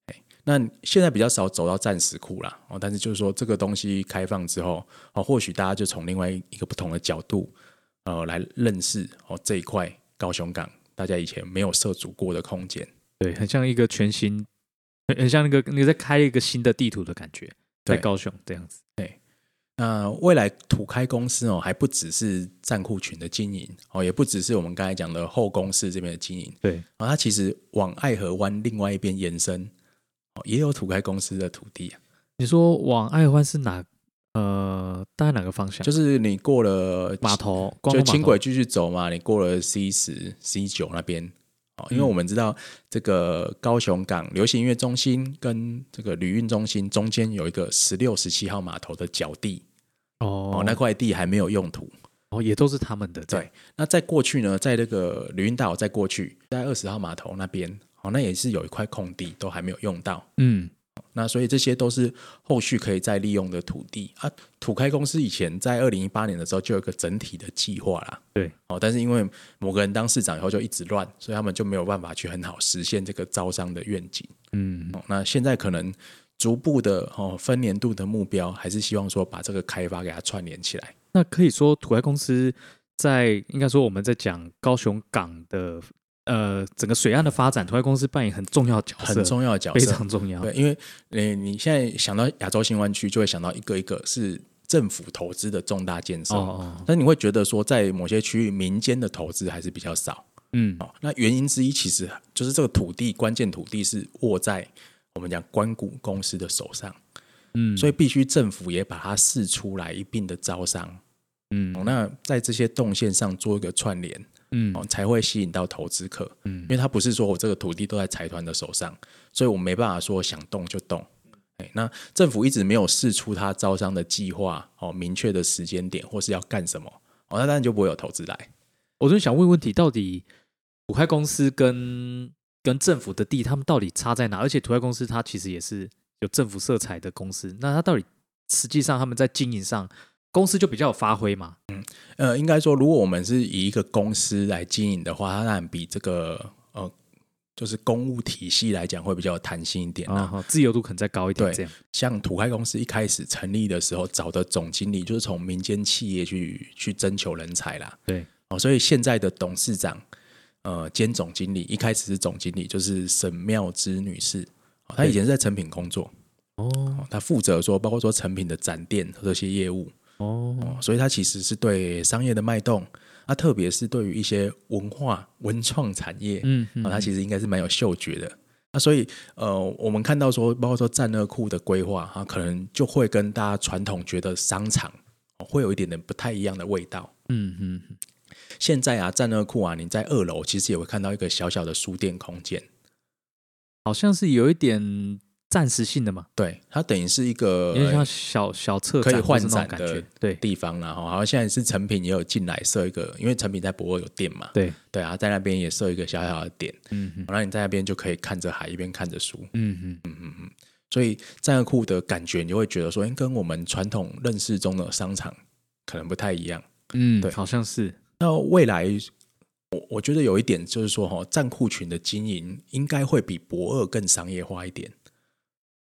Speaker 1: 哎，那现在比较少走到战时库啦，哦，但是就是说这个东西开放之后，哦，或许大家就从另外一个不同的角度，哦呃，来认识哦这一块高雄港大家以前没有涉足过的空间。
Speaker 2: 对，很像一个全新，很很像那个你在开一个新的地图的感觉，在
Speaker 1: 对
Speaker 2: 高雄这样子。
Speaker 1: 那呃未来土开公司哦，还不只是站库群的经营哦，也不只是我们刚才讲的后公司这边的经营
Speaker 2: 对，
Speaker 1: 啊、哦，它其实往爱河湾另外一边延伸哦，也有土开公司的土地啊，
Speaker 2: 你说往爱湾是哪？呃，大概哪个方向？
Speaker 1: 就是你过了
Speaker 2: 码头，光
Speaker 1: 就
Speaker 2: 复码
Speaker 1: 轻
Speaker 2: 头
Speaker 1: 轨继续走嘛，你过了 C 十、C 九那边哦，因为
Speaker 2: 嗯
Speaker 1: 我们知道这个高雄港流行音乐中心跟这个旅运中心中间有一个十六、十七号码头的角地
Speaker 2: 哦
Speaker 1: 哦，那块地还没有用途。
Speaker 2: 哦也都是他们的。这样
Speaker 1: 对，那再过去呢，在那个旅运大楼再过去，在二十号码头那边哦，那也是有一块空地都还没有用到。
Speaker 2: 嗯，
Speaker 1: 那所以这些都是后续可以再利用的土地啊。土开公司以前在二零一八年的时候就有一个整体的计划啦，
Speaker 2: 对，
Speaker 1: 哦，但是因为某个人当市长以后就一直乱，所以他们就没有办法去很好实现这个招商的愿景。
Speaker 2: 嗯，
Speaker 1: 哦，那现在可能逐步的哦，分年度的目标还是希望说把这个开发给它串联起来。
Speaker 2: 那可以说土外公司在应该说我们在讲高雄港的呃整个水岸的发展，土外公司扮演很重要的角色，
Speaker 1: 很重要的角
Speaker 2: 非
Speaker 1: 色，
Speaker 2: 常重要。
Speaker 1: 对，因为你你现在想到亚洲新湾区，就会想到一个一个是政府投资的重大建设，
Speaker 2: 哦哦，
Speaker 1: 但你会觉得说，在某些区域民间的投资还是比较少。
Speaker 2: 嗯，
Speaker 1: 哦，那原因之一其实就是这个土地关键土地是握在我们讲关谷公司的手上，
Speaker 2: 嗯，
Speaker 1: 所以
Speaker 2: 以
Speaker 1: 必须政府也把它释出来一并的招商。
Speaker 2: 嗯
Speaker 1: 哦，那在这些动线上做一个串联，
Speaker 2: 嗯
Speaker 1: 哦，才会吸引到投资客。
Speaker 2: 嗯
Speaker 1: 因为它不是说我这个土地都在财团的手上，所以我没办法说想动就动。哎，那政府一直没有试出它招商的计划，哦，明确的时间点或是要干什么，哦，那当然就不会有投资来。
Speaker 2: 我就想问问题，到底土开公司跟跟政府的地，他们到底差在哪？而且土开公司它其实也是有政府色彩的公司，那它到底实际上他们在经营上，公司就比较有发挥嘛？
Speaker 1: 呃，应该说，如果我们是以一个公司来经营的话，它当然比这个呃，就是公务体系来讲会比较有弹性一点啊。
Speaker 2: 啊、好自由度可能再高一点，
Speaker 1: 对
Speaker 2: 这样。
Speaker 1: 像土开公司一开始成立的时候，找的总经理就是从民间企业去去征求人才啦。
Speaker 2: 对，
Speaker 1: 哦，所以现在的董事长呃兼总经理，一开始是总经理，就是沈妙芝女士。哦她以前是在成品工作，
Speaker 2: 哦
Speaker 1: 哦她负责说包括说成品的展店这些业务，
Speaker 2: 哦，
Speaker 1: 哦所以她其实是对商业的脉动，啊，特别是对于一些文化文创产业，
Speaker 2: 嗯嗯
Speaker 1: 啊，它其实应该是蛮有嗅觉的。那所以，呃，我们看到说，包括说战略库的规划，它可能就会跟大家传统觉得商场、哦会有一点点不太一样的味道。
Speaker 2: 嗯嗯嗯
Speaker 1: 现在啊，战略库啊，你在二楼其实也会看到一个小小的书店空间，
Speaker 2: 好像是有一点暂时性的嘛，
Speaker 1: 对，它等于是一
Speaker 2: 有点
Speaker 1: 个
Speaker 2: 像小小策
Speaker 1: 可以
Speaker 2: 展或
Speaker 1: 换
Speaker 2: 是那
Speaker 1: 展
Speaker 2: 种感
Speaker 1: 的
Speaker 2: 觉，对
Speaker 1: 地方啦。哦，好像现在是成品也有进来设一个，因为成品在博尔有店嘛，
Speaker 2: 对，
Speaker 1: 对啊，在那边也设一个小小的点，
Speaker 2: 嗯嗯
Speaker 1: 然后你在那边就可以看着海，一边看着书，
Speaker 2: 嗯嗯，
Speaker 1: 所以战略库的感觉，你就会觉得说，哎，跟我们传统认识中的商场可能不太一样。
Speaker 2: 嗯，
Speaker 1: 对
Speaker 2: 好像是，
Speaker 1: 那未来，我我觉得有一点就是说，哈，战库群的经营应该会比博二更商业化一点。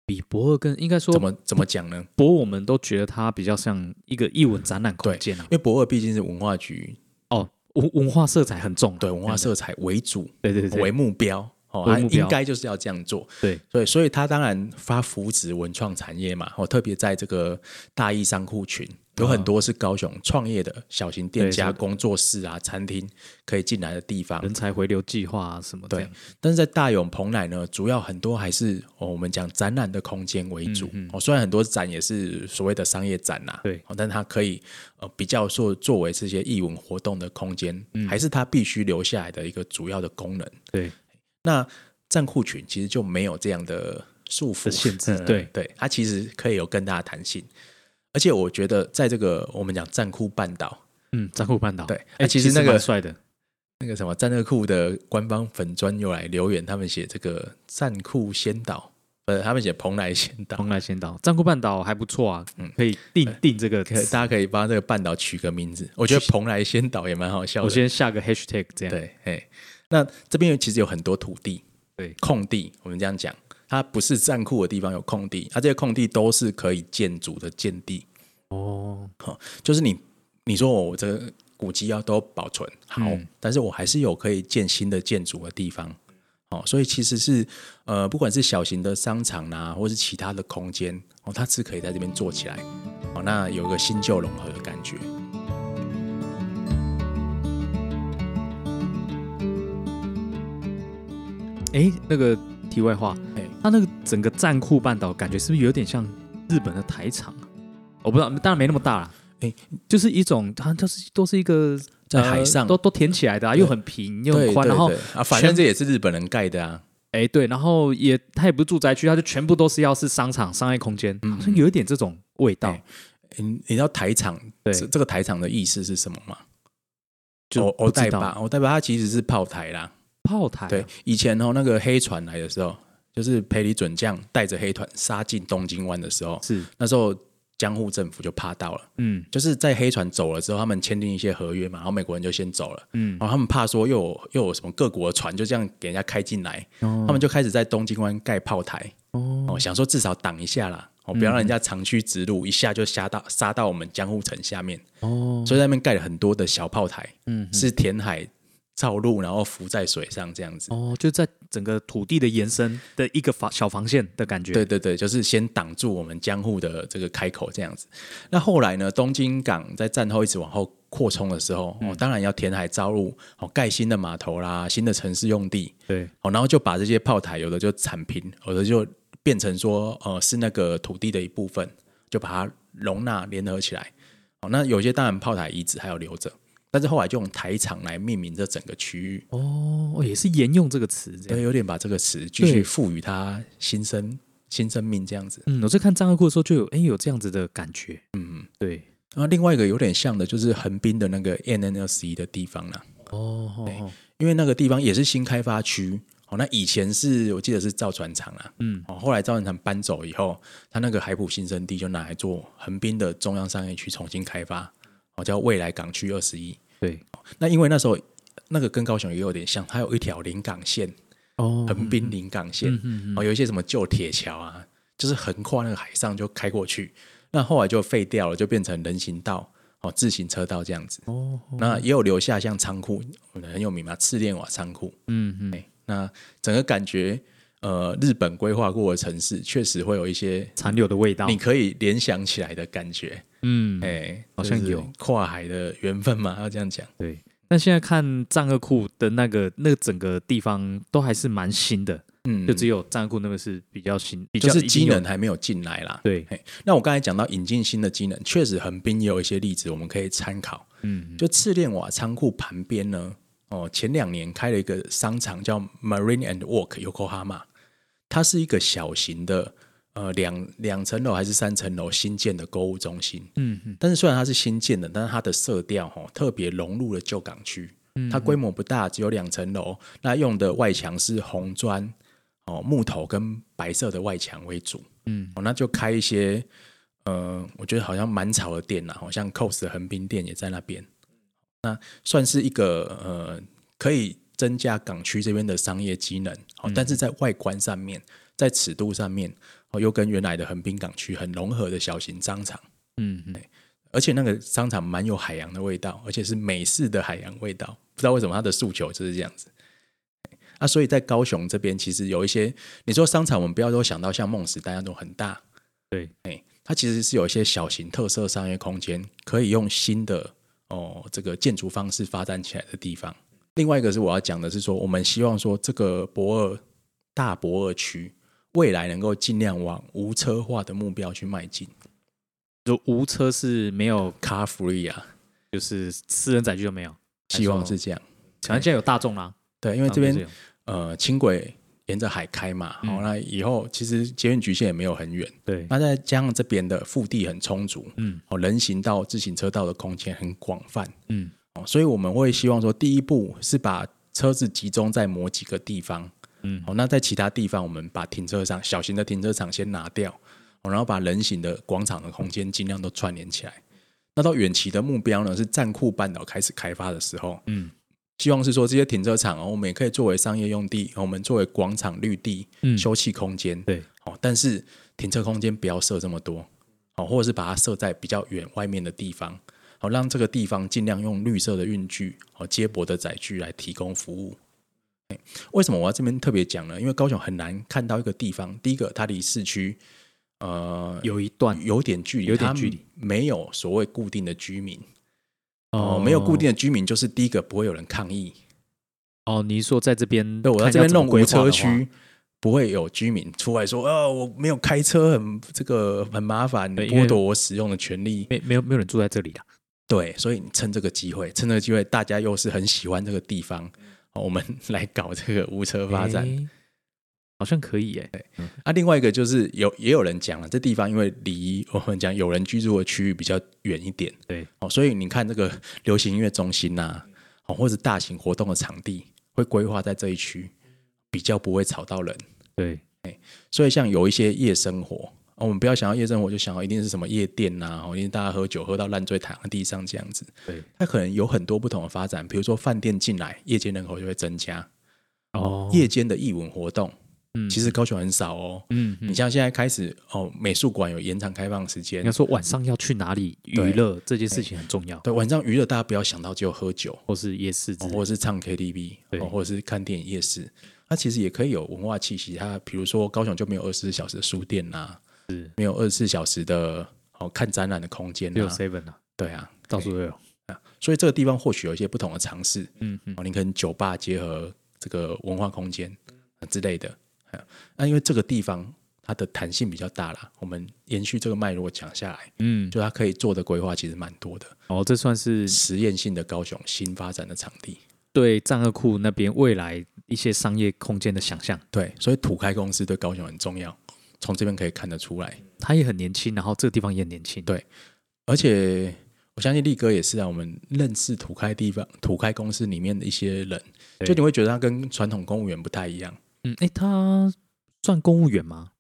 Speaker 2: 比博尔更应该说
Speaker 1: 怎么怎么讲呢？
Speaker 2: 博，我们都觉得它比较像一个艺文展览空间啊
Speaker 1: 因。为博二毕竟是文化局
Speaker 2: 哦，文文化色彩很重、啊，
Speaker 1: 对文化色彩为主
Speaker 2: 对，对对对
Speaker 1: 为目标，哦，
Speaker 2: 为
Speaker 1: 它
Speaker 2: 目标
Speaker 1: 应该就是要这样做。
Speaker 2: 对，
Speaker 1: 对，所以它当然发扶植文创产业嘛，哦，特别在这个大义商库群，有很多是高雄创业的小型店
Speaker 2: 对
Speaker 1: 家、
Speaker 2: 是的
Speaker 1: 工作室啊、餐厅可以进来的地方。
Speaker 2: 人才回流计划啊什么的，
Speaker 1: 对，但是在大勇蓬莱呢，主要很多还是哦，我们讲展览的空间为主、哦。虽然很多展也是所谓的商业展呐、
Speaker 2: 嗯对
Speaker 1: 哦，但它可以呃比较说作为这些艺文活动的空间，
Speaker 2: 嗯
Speaker 1: 还是它必须留下来的一个主要的功能。
Speaker 2: 对
Speaker 1: 那战库群其实就没有这样的束缚嗯
Speaker 2: 的限制对
Speaker 1: 对，它其实可以有更大的弹性。而且我觉得，在这个我们讲战库半岛
Speaker 2: 嗯，战库半岛，
Speaker 1: 对
Speaker 2: 哎、
Speaker 1: 啊其实那个
Speaker 2: 蛮帅的，
Speaker 1: 那个什么战略库的官方粉专又来留言，他们写这个战库先导，呃，他们写蓬莱先 导，
Speaker 2: 蓬莱仙岛，战库半岛还不错啊，可以定定这
Speaker 1: 嗯
Speaker 2: 个
Speaker 1: 可以
Speaker 2: 词，
Speaker 1: 大家可以帮这个半岛取个名字。我觉得蓬莱先导也蛮好笑
Speaker 2: 我
Speaker 1: 的。
Speaker 2: 先下个 hashtag 这样，
Speaker 1: 对，哎，那这边其实有很多土地，
Speaker 2: 对
Speaker 1: 空地，我们这样讲，它不是战库的地方有空地，啊它、这些空地都是可以建筑的建地。
Speaker 2: 哦，
Speaker 1: 就是你你说我这个
Speaker 2: 嗯
Speaker 1: 古迹要都保存好，但是我还是有可以建新的建筑的地方。哦，所以其实是呃，不管是小型的商场啦、或是其他的空间哦，它是可以在这边做起来，哦，那有个新旧融合的感觉。
Speaker 2: 哎，那个题外话
Speaker 1: 哎，
Speaker 2: 它那个整个战库半岛感觉是不是有点像日本的台场啊？我不知道，当然没那么大啦。
Speaker 1: 哎，
Speaker 2: 就是一种它就是都是一个
Speaker 1: 在海上
Speaker 2: 呃都都填起来的、啊，
Speaker 1: 对
Speaker 2: 又很平又
Speaker 1: 对
Speaker 2: 很
Speaker 1: 对
Speaker 2: 宽，然后
Speaker 1: 对啊，反正这也是日本人盖的啊，
Speaker 2: 哎对，然后也它也不是住宅区，它就全部都是要是商场商业空间，好像有一点这种味道
Speaker 1: 哎。诶你你知道台场
Speaker 2: 对
Speaker 1: 这这个台场的意思是什么吗？
Speaker 2: 就
Speaker 1: 我我
Speaker 2: 不
Speaker 1: 代
Speaker 2: 知道
Speaker 1: 吧，我代吧，它其实是炮台啦。
Speaker 2: 炮台啊
Speaker 1: 对，以前哦，那个黑船来的时候，就是裴李准将带着黑船杀进东京湾的时候，
Speaker 2: 是
Speaker 1: 那时候江户政府就怕到了，
Speaker 2: 嗯
Speaker 1: 就是在黑船走了之后，他们签订一些合约嘛，然后美国人就先走了，
Speaker 2: 嗯，
Speaker 1: 然后他们怕说又有又有什么各国的船就这样给人家开进来，
Speaker 2: 哦
Speaker 1: 他们就开始在东京湾盖炮台，
Speaker 2: 哦嗯
Speaker 1: 哦，想说至少挡一下啦，哦，不要让人家长驱直入，一下就杀到杀到我们江户城下面，
Speaker 2: 哦
Speaker 1: 所以在那边盖了很多的小炮台，
Speaker 2: 嗯
Speaker 1: 是填海造陆，然后浮在水上这样子。
Speaker 2: 哦，就在整个土地的延伸的一个防小防线的感觉。
Speaker 1: 对对对，就是先挡住我们江户的这个开口这样子。那后来呢，东京港在战后一直往后扩充的时候，哦，当然要填海造陆，哦，盖新的码头啦，新的城市用地，
Speaker 2: 对
Speaker 1: 哦，然后就把这些炮台有的就铲平，有的就变成说，呃，是那个土地的一部分，就把它容纳联合起来。哦，那有些当然炮台遗址还有留着，但是后来就用台场来命名这整个区域，
Speaker 2: 哦，也是沿用这个词这样
Speaker 1: 对，。有点把这个词继续
Speaker 2: 对
Speaker 1: 赋予它新生新生命这样子。
Speaker 2: 嗯，我在看张二库的时候就有哎有这样子的感觉。嗯，对。
Speaker 1: 然后另外一个有点像的，就是横滨的那个 NNLC 的地方啦，
Speaker 2: 哦哦
Speaker 1: 因为那个地方也是新开发区。哦，那以前是我记得是造船厂啦，
Speaker 2: 嗯，
Speaker 1: 哦，后来造船厂搬走以后，它那个海浦新生地就拿来做横滨的中央商业区重新开发，哦，叫未来港区二十一。
Speaker 2: 对。
Speaker 1: 那因为那时候那个跟高雄也有点像，它有一条临港线，
Speaker 2: 哦
Speaker 1: 横滨临港线，
Speaker 2: 嗯
Speaker 1: 哦，有一些什么旧铁桥啊，就是横跨那个海上就开过去，那后来就废掉了，就变成人行道、哦自行车道这样子。
Speaker 2: 哦
Speaker 1: 那也有留下像仓库，我们很有名嘛，赤练瓦仓库。
Speaker 2: 嗯嗯，
Speaker 1: 哎、那整个感觉，呃，日本规划过的城市确实会有一些
Speaker 2: 残留的味道
Speaker 1: 你。可以联想起来的感觉。
Speaker 2: 嗯，
Speaker 1: 哎、
Speaker 2: 好像
Speaker 1: 就是
Speaker 2: 有
Speaker 1: 跨海的缘分嘛，要这样讲。
Speaker 2: 对。但现在看战二库的那个那个整个地方都还是蛮新的，
Speaker 1: 嗯，
Speaker 2: 就只有战二库那个是比较新，比较
Speaker 1: 就是
Speaker 2: 已经
Speaker 1: 机
Speaker 2: 有
Speaker 1: 能还没有进来啦。
Speaker 2: 对，
Speaker 1: 嘿那我刚才讲到引进新的机能，确实横滨也有一些例子我们可以参考。
Speaker 2: 嗯，
Speaker 1: 就赤练瓦仓库旁边呢，哦，前两年开了一个商场叫 Marine and Walk Yokohama，它是一个小型的呃两两层楼还是三层楼新建的购物中心。
Speaker 2: 嗯嗯
Speaker 1: 但是虽然它是新建的，但是它的色调哦特别融入了旧港区。
Speaker 2: 嗯
Speaker 1: 它规模不大，只有两层楼，那用的外墙是红砖哦木头跟白色的外墙为主。
Speaker 2: 嗯，
Speaker 1: 哦，那就开一些。呃，我觉得好像蛮潮的店啦，好像 COS 的横滨店也在那边。算是一个呃，可以增加港区这边的商业机能，
Speaker 2: 嗯
Speaker 1: 哦，但是在外观上面，在尺度上面，哦，又跟原来的横滨港区很融合的小型商场，
Speaker 2: 嗯嗯，
Speaker 1: 而且那个商场蛮有海洋的味道，而且是美式的海洋味道，不知道为什么它的诉求就是这样子。啊，所以在高雄这边，其实有一些你说商场，我们不要都想到像梦时代那种很大，
Speaker 2: 对，
Speaker 1: 它其实是有一些小型特色商业空间，可以用新的哦这个建筑方式发展起来的地方。另外一个是我要讲的是说，我们希望说这个博尔大博尔区未来能够尽量往无车化的目标去迈进
Speaker 2: 就无车是没有，
Speaker 1: ，car free 啊，
Speaker 2: 就是私人载具就没有，
Speaker 1: 希望是这样。
Speaker 2: 反正现在有大众啦，啊
Speaker 1: 对，因为这边呃轻轨沿着海开嘛，好、
Speaker 2: 嗯
Speaker 1: 那以后其实捷运局限也没有很远，
Speaker 2: 对，
Speaker 1: 那再加上这边的腹地很充足，
Speaker 2: 嗯
Speaker 1: 哦，人行道、自行车道的空间很广泛，
Speaker 2: 嗯
Speaker 1: 哦，所以我们会希望说，第一步是把车子集中在某几个地方，
Speaker 2: 嗯
Speaker 1: 哦，那在其他地方我们把停车场、小型的停车场先拿掉，哦，然后把人行的广场的空间尽量都串联起来。那到远期的目标呢，是战库半岛开始开发的时候，
Speaker 2: 嗯
Speaker 1: 希望是说这些停车场哦，我们也可以作为商业用地，哦我们作为广场绿地、
Speaker 2: 嗯
Speaker 1: 休憩空间，
Speaker 2: 对，
Speaker 1: 哦，但是停车空间不要设这么多，哦，或者是把它设在比较远外面的地方，好、哦让这个地方尽量用绿色的运具、哦接驳的载具来提供服务。为什么我要这边特别讲呢？因为高雄很难看到一个地方，第一个它离市区呃
Speaker 2: 有一段
Speaker 1: 有点距离，
Speaker 2: 有点距离，
Speaker 1: 没有所谓固定的居民哦，没有固定的居民，就是第一个不会有人抗议。
Speaker 2: 哦。你说在这边，
Speaker 1: 对我在
Speaker 2: 看
Speaker 1: 这
Speaker 2: 要
Speaker 1: 边
Speaker 2: 怎么
Speaker 1: 弄
Speaker 2: 规
Speaker 1: 无
Speaker 2: 划
Speaker 1: 车
Speaker 2: 的话，
Speaker 1: 区，不会有居民出来说：“哦，我没有开车，很这个很麻烦，
Speaker 2: 对因为
Speaker 1: 剥夺我使用的权利。
Speaker 2: 没没有没有人住在这里的。”
Speaker 1: 对，所以你趁这个机会，趁这个机会，大家又是很喜欢这个地方，哦我们来搞这个无车发展。
Speaker 2: 嗯诶好像可以哎、
Speaker 1: 那、另外一个就是有也有人讲了，啊这地方因为离我们讲有人居住的区域比较远一点，
Speaker 2: 对，
Speaker 1: 哦，所以你看这个流行音乐中心呐、哦，或者大型活动的场地会规划在这一区，比较不会吵到人。
Speaker 2: 对，
Speaker 1: 所以像有一些夜生活，哦、我们不要想要夜生活就想要一定是什么夜店呐、哦，一定大家喝酒喝到烂醉躺在地上这样子。
Speaker 2: 对，
Speaker 1: 它可能有很多不同的发展，比如说饭店进来，夜间人口就会增加，
Speaker 2: 哦，
Speaker 1: 夜间的艺文活动，
Speaker 2: 嗯
Speaker 1: 其实高雄很少哦。
Speaker 2: 嗯，嗯
Speaker 1: 你像现在开始哦，美术馆有延长开放时间
Speaker 2: 应该，说晚上要去哪里娱
Speaker 1: 对
Speaker 2: 乐这件事情很重要，
Speaker 1: 对，晚上娱乐大家不要想到只有喝酒，
Speaker 2: 或是夜市之
Speaker 1: 哦
Speaker 2: 类的
Speaker 1: 或者是唱 KTV，
Speaker 2: 对
Speaker 1: 哦或者是看电影夜市，它其实也可以有文化气息。它比如说高雄就没有二十四小时的书店呐、
Speaker 2: 是
Speaker 1: 没有二十四小时的哦看展览的空间
Speaker 2: 只有
Speaker 1: 呐、
Speaker 2: seven 啊，
Speaker 1: 对啊，
Speaker 2: 到处都有。
Speaker 1: 所以这个地方或许有一些不同的尝试
Speaker 2: 嗯嗯，
Speaker 1: 哦，你可能酒吧结合这个文化空间、呃之类的。啊那、因为这个地方它的弹性比较大啦，我们延续这个脉络讲下来，
Speaker 2: 嗯，
Speaker 1: 就它可以做的规划其实蛮多的，
Speaker 2: 哦，这算是
Speaker 1: 实验性的高雄新发展的场地。
Speaker 2: 对战恶库那边未来一些商业空间的想象。
Speaker 1: 对，所以土开公司对高雄很重要，从这边可以看得出来。
Speaker 2: 他也很年轻，然后这个地方也很年轻。
Speaker 1: 对而且我相信力哥也是啊，我们认识土开地方、土开公司里面的一些人，
Speaker 2: 对
Speaker 1: 就你会觉得他跟传统公务员不太一样，
Speaker 2: 嗯，哎，他算公务员吗？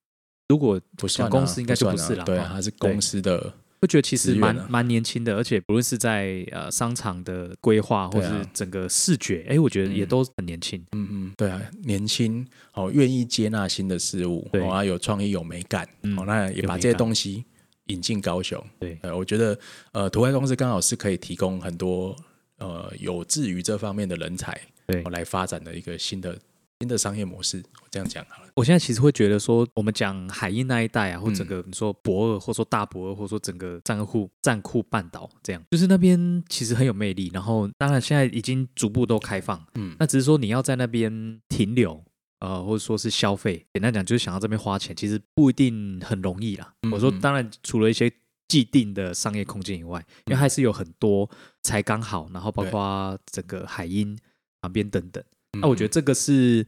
Speaker 2: 如果
Speaker 1: 不算啊、
Speaker 2: 公司应该就
Speaker 1: 不
Speaker 2: 不是
Speaker 1: 啦、
Speaker 2: 啦
Speaker 1: 对啊，
Speaker 2: 哦
Speaker 1: 他是公司的，
Speaker 2: 会觉得其实
Speaker 1: 资源啊
Speaker 2: 蛮蛮年轻的，而且不论是在呃商场的规划，或
Speaker 1: 对啊
Speaker 2: 是整个视觉，哎，我觉得也
Speaker 1: 嗯
Speaker 2: 都很年轻。
Speaker 1: 嗯嗯，对啊，年轻哦，愿意接纳新的事物，
Speaker 2: 对
Speaker 1: 哦，啊有创意、有美感，
Speaker 2: 嗯
Speaker 1: 哦，那也
Speaker 2: 有
Speaker 1: 把
Speaker 2: 美
Speaker 1: 这些
Speaker 2: 感
Speaker 1: 东西引进高雄。
Speaker 2: 对，
Speaker 1: 呃，我觉得呃，土开公司刚好是可以提供很多呃有志于这方面的人才，
Speaker 2: 对
Speaker 1: 哦来发展的一个新的新的商业模式。我这样讲好了，
Speaker 2: 我现在其实会觉得说，我们讲海印那一带啊，或
Speaker 1: 嗯
Speaker 2: 整个你说博尔，或者说大博尔，或者说整个战库战库半岛这样，就是那边其实很有魅力。然后当然现在已经逐步都开放，
Speaker 1: 嗯，
Speaker 2: 那只是说你要在那边停留，呃，或者说是消费，简单讲就是想要这边花钱，其实不一定很容易啦。
Speaker 1: 嗯
Speaker 2: 我说
Speaker 1: 嗯，
Speaker 2: 当然除了一些既定的商业空间以外，因为还是有很多才刚好，然后包
Speaker 1: 嗯对
Speaker 2: 括整个海鹰旁边等等。
Speaker 1: 那、
Speaker 2: 那我觉得这个是，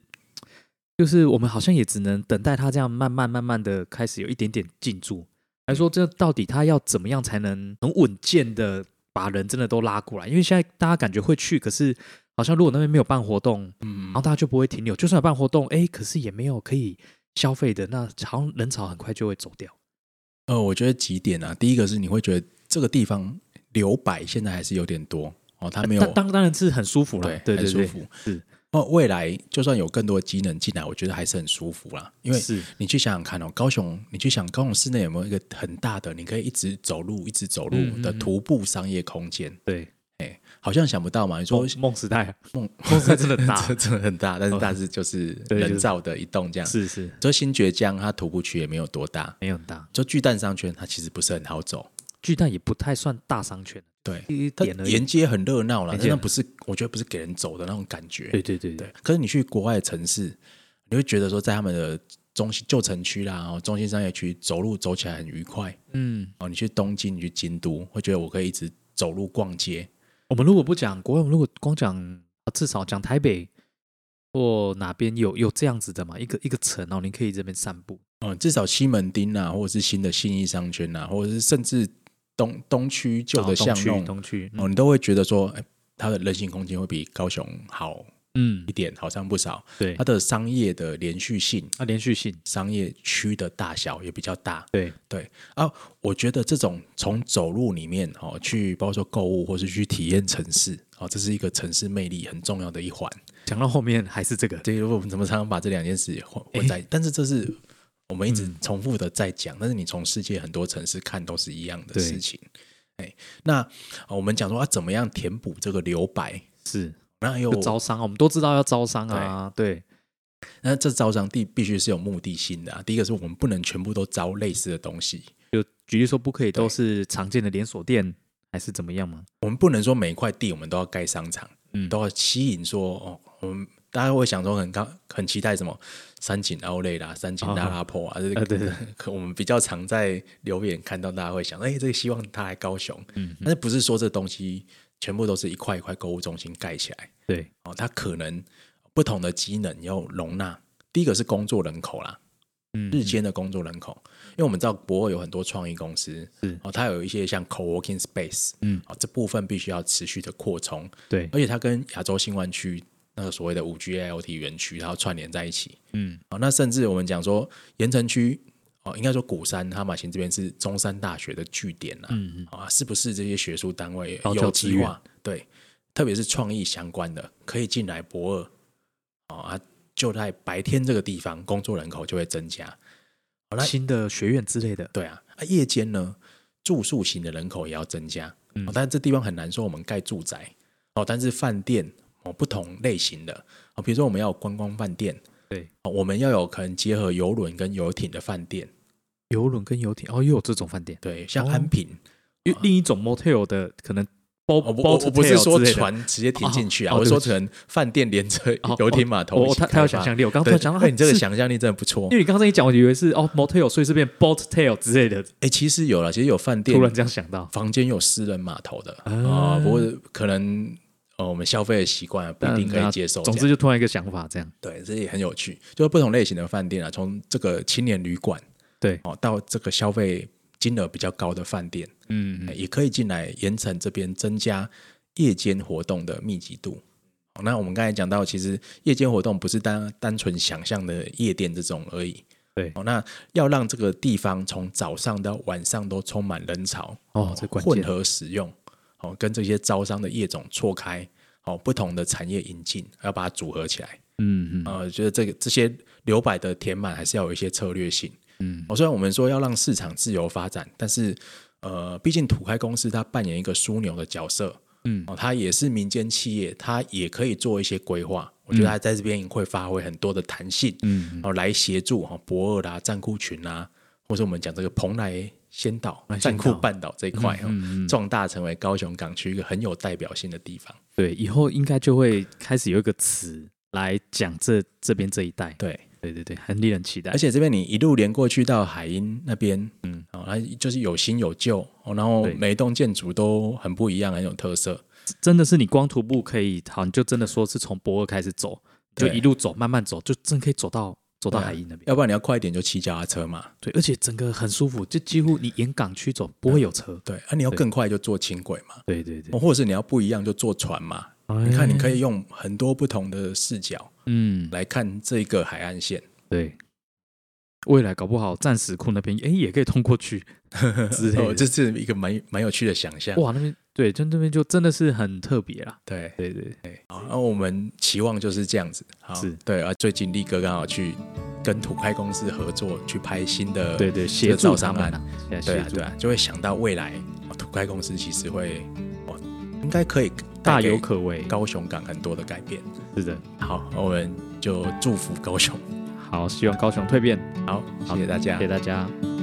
Speaker 2: 就是我们好像也只能等待它这样慢慢慢慢的开始有一点点进驻。来说，这到底它要怎么样才能很稳健的把人真的都拉过来？因为现在大家感觉会去，可是好像如果那边没有办活动，
Speaker 1: 嗯
Speaker 2: 然后大家就不会停留。就算有办活动，哎，可是也没有可以消费的，那好像人潮很快就会走掉。
Speaker 1: 呃，我觉得几点啊，第一个是你会觉得这个地方留白现在还是有点多哦，它没有
Speaker 2: 但呃当当然是很舒服了，
Speaker 1: 对
Speaker 2: 对
Speaker 1: 很
Speaker 2: 对
Speaker 1: 舒
Speaker 2: 对，
Speaker 1: 服。
Speaker 2: 是
Speaker 1: 哦，未来就算有更多的机能进来，我觉得还是很舒服啦，因为。
Speaker 2: 是
Speaker 1: 你去想想看哦，高雄，你去想高雄市内有没有一个很大的，你可以一直走路、一直走路
Speaker 2: 嗯嗯
Speaker 1: 的
Speaker 2: 嗯
Speaker 1: 徒步商业空间？
Speaker 2: 对
Speaker 1: 好像想不到嘛。你 说
Speaker 2: 梦梦时代，啊
Speaker 1: 梦
Speaker 2: 梦时代真的大
Speaker 1: 这，真的很大，但是
Speaker 2: 哦
Speaker 1: 大致就是
Speaker 2: 对就是
Speaker 1: 人造的一栋这样。
Speaker 2: 是是
Speaker 1: 所以新爵江它徒步区也没有多大，
Speaker 2: 没有很大。
Speaker 1: 就巨蛋商圈它其实不是很好走，
Speaker 2: 巨蛋也不太算大商圈，
Speaker 1: 对，
Speaker 2: 一
Speaker 1: 它
Speaker 2: 点而已。
Speaker 1: 沿街很热闹啦，
Speaker 2: 沿
Speaker 1: 但
Speaker 2: 街
Speaker 1: 那不是我觉得不是给人走的那种感觉，
Speaker 2: 对对对
Speaker 1: 对，可是你去国外的城市，你会觉得说在他们的中心旧城区啦，哦，中心商业区走路走起来很愉快
Speaker 2: 嗯，
Speaker 1: 哦。你去东京，你去京都，会觉得我可以一直走路逛街，
Speaker 2: 我们如果不讲国外，我们如果光讲，啊至少讲台北或哪边有有这样子的嘛，一个一个城哦，你可以这边散步。
Speaker 1: 嗯，至少西门町啊，或者是新的信义商圈啊，或者是甚至东东区旧
Speaker 2: 哦
Speaker 1: 的
Speaker 2: 东
Speaker 1: 巷
Speaker 2: 区
Speaker 1: 弄，
Speaker 2: 东区，
Speaker 1: 哦，你都会觉得说，哎，它的人行空间会比高雄好
Speaker 2: 嗯
Speaker 1: 一，点，好像不少。啊
Speaker 2: 对啊
Speaker 1: 它，的商业的连续性、
Speaker 2: 它连续性，
Speaker 1: 商业区的大小也比较大。
Speaker 2: 对，
Speaker 1: 啊，我觉得这种从走路里面哦，去包括说购物或是去体验城市哦，这是一个城市魅力很重要的一环。
Speaker 2: 讲到后面还是这个，
Speaker 1: 这个我们怎么常常把这两件事混混在？但是这是我们一
Speaker 2: 嗯
Speaker 1: 直重复的在讲，但是你从世界很多城市看都是一样的
Speaker 2: 对
Speaker 1: 事情。哎，那、呃我们讲说啊，怎么样填补这个留白？
Speaker 2: 是
Speaker 1: 那又
Speaker 2: 就招商啊，我们都知道要招商啊，对，
Speaker 1: 那这招商地必须是有目的性的、啊。第一个是我们不能全部都招类似的东西，
Speaker 2: 举例说不可以都
Speaker 1: 对
Speaker 2: 是常见的连锁店，还是怎么样嘛？
Speaker 1: 我们不能说每一块地我们都要盖商场，
Speaker 2: 嗯
Speaker 1: 都要吸引说哦，我们大家会想说很刚很期待什么三井奥莱啦、三井
Speaker 2: 哦
Speaker 1: 大拉坡啊，这
Speaker 2: 啊
Speaker 1: 个
Speaker 2: 对对
Speaker 1: 可我们比较常在留言看到大家会想，哎、这个希望它来高雄，
Speaker 2: 嗯，
Speaker 1: 但是不是说这东西全部都是一块一块购物中心盖起来
Speaker 2: 对，
Speaker 1: 哦，它可能不同的机能要容纳。第一个是工作人口啦，
Speaker 2: 嗯，
Speaker 1: 日间的工作人口，因为我们知道博尔有很多创意公司，
Speaker 2: 是
Speaker 1: 哦，它有一些像 co-working space，
Speaker 2: 嗯，
Speaker 1: 哦，这部分必须要持续的扩充，
Speaker 2: 对，
Speaker 1: 而且它跟亚洲新湾区那个所谓的五 G IoT 园区，它要串联在一起。
Speaker 2: 嗯
Speaker 1: 哦，那甚至我们讲说盐城区，哦，应该说鼓山、哈马星这边是中山大学的据点啦、啊。
Speaker 2: 嗯嗯，
Speaker 1: 是不是这些学术单位
Speaker 2: 高
Speaker 1: 有
Speaker 2: 教资
Speaker 1: 计
Speaker 2: 源
Speaker 1: 划？对，特别是创意相关的，可以进来博二，哦啊，就在白天这个地方，工作人口就会增加。好那
Speaker 2: 新的学院之类的，
Speaker 1: 对啊，啊夜间呢，住宿型的人口也要增加。
Speaker 2: 嗯
Speaker 1: 哦，但这地方很难说我们盖住宅哦，但是饭店哦，不同类型的哦，比如说我们要有观光饭店，
Speaker 2: 对，
Speaker 1: 哦，我们要有可能结合游轮跟游艇的饭店，
Speaker 2: 游轮跟游艇，哦，又有这种饭店，
Speaker 1: 对，像
Speaker 2: 哦
Speaker 1: 安平，
Speaker 2: 又另一种 motel 的可能包
Speaker 1: 啊哦、我
Speaker 2: 包
Speaker 1: 我我不是说
Speaker 2: hotel 之类的
Speaker 1: 船直接停进去啊，
Speaker 2: 哦哦
Speaker 1: 我是说
Speaker 2: 对不起
Speaker 1: 可能饭店连着
Speaker 2: 哦
Speaker 1: 游艇码头
Speaker 2: 哦，
Speaker 1: 啊一
Speaker 2: 哦
Speaker 1: 起
Speaker 2: 他他
Speaker 1: 开发
Speaker 2: 有想象力，我刚刚突
Speaker 1: 对，
Speaker 2: 然想到，
Speaker 1: 哎你这个
Speaker 2: 是，
Speaker 1: 想象力真的不错
Speaker 2: 因。为你刚刚这一讲，我以为是哦 motel，所以是变 boat tail 之类的，
Speaker 1: 哎，其实有了，其实有饭店
Speaker 2: 突然这样想到，
Speaker 1: 房间有私人码头的啊、
Speaker 2: 啊
Speaker 1: 不过可能呃我们消费的习惯啊不一定可以接受
Speaker 2: 但
Speaker 1: 这
Speaker 2: 总
Speaker 1: 样。
Speaker 2: 之就突然一个想法，这样
Speaker 1: 对，这也很有趣，就是不同类型的饭店啊，从这个青年旅馆
Speaker 2: 对，
Speaker 1: 哦，到这个消费金额比较高的饭店，哎
Speaker 2: 嗯
Speaker 1: 也可以进来盐城这边增加夜间活动的密集度。好那我们刚才讲到，其实夜间活动不是单单纯想象的夜店这种而已。
Speaker 2: 对
Speaker 1: 好，哦那要让这个地方从早上到晚上都充满人潮，
Speaker 2: 哦，这关
Speaker 1: 混
Speaker 2: 键，
Speaker 1: 合使用，哦，跟这些招商的业种错开，哦，不同的产业引进，要把它组合起来。
Speaker 2: 嗯嗯
Speaker 1: 呃，觉得这个这些留白的填满还是要有一些策略性。
Speaker 2: 嗯，
Speaker 1: 哦，虽然我们说要让市场自由发展，但是呃，毕竟土开公司它扮演一个枢纽的角色，
Speaker 2: 嗯
Speaker 1: 哦，它也是民间企业，它也可以做一些规划。我觉得它在这边会发挥很多的弹性，
Speaker 2: 嗯，
Speaker 1: 哦，来协助哈、哦、博尔啦、战库群啦、或者我们讲这个蓬莱仙岛
Speaker 2: 莱、仙
Speaker 1: 战
Speaker 2: 岛
Speaker 1: 库半岛这一块，哦
Speaker 2: 嗯嗯嗯
Speaker 1: 壮大成为高雄港区一个很有代表性的地方。
Speaker 2: 对，以后应该就会开始有一个词来讲这这边这一带，
Speaker 1: 对，
Speaker 2: 对对对，很令人期待，
Speaker 1: 而且这边你一路连过去到海鹰那边，
Speaker 2: 嗯
Speaker 1: 嗯，哦，它就是有新有旧，哦，然后
Speaker 2: 对
Speaker 1: 每一栋建筑都很不一样，很有特色。
Speaker 2: 真的是你光徒步可以，好，你就真的说是从博尔开始走，就
Speaker 1: 对
Speaker 2: 一路走，慢慢走，就真可以走到走到
Speaker 1: 对啊
Speaker 2: 海鹰那边。
Speaker 1: 要不然你要快一点就骑脚踏车嘛，
Speaker 2: 对，而且整个很舒服，就几乎你沿港区走不会有车。
Speaker 1: 对，啊，你要
Speaker 2: 对
Speaker 1: 更快就坐轻轨嘛，
Speaker 2: 对对对
Speaker 1: 哦，或者是你要不一样就坐船嘛。你看，你可以用很多不同的视角
Speaker 2: 嗯，
Speaker 1: 来看这个海岸线，
Speaker 2: 对，未来搞不好暂时库那边，哎，也可以通过 去之类
Speaker 1: 哦，这
Speaker 2: 的。
Speaker 1: 是一个蛮蛮有趣的想象。
Speaker 2: 哇，那边对，就那边就真的是很特别啦。
Speaker 1: 对，
Speaker 2: 对对，
Speaker 1: 好那我们期望就是这样子。好，
Speaker 2: 是
Speaker 1: 对啊，最近力哥刚好去跟土开公司合作，去拍新的
Speaker 2: 对对，
Speaker 1: 这
Speaker 2: 协
Speaker 1: 个
Speaker 2: 助
Speaker 1: 造
Speaker 2: 他
Speaker 1: 商
Speaker 2: 们
Speaker 1: 案
Speaker 2: 啦，现在
Speaker 1: 对啊
Speaker 2: 协，助
Speaker 1: 对啊，就会想到未来哦土开公司其实会哦，应该可以
Speaker 2: 大
Speaker 1: 带给
Speaker 2: 有可为。
Speaker 1: 高雄港很多的改变。
Speaker 2: 是的，
Speaker 1: 好，我们就祝福高雄。
Speaker 2: 好，希望高雄蜕变。
Speaker 1: 好，
Speaker 2: 好
Speaker 1: 谢谢大家
Speaker 2: 谢谢。大家。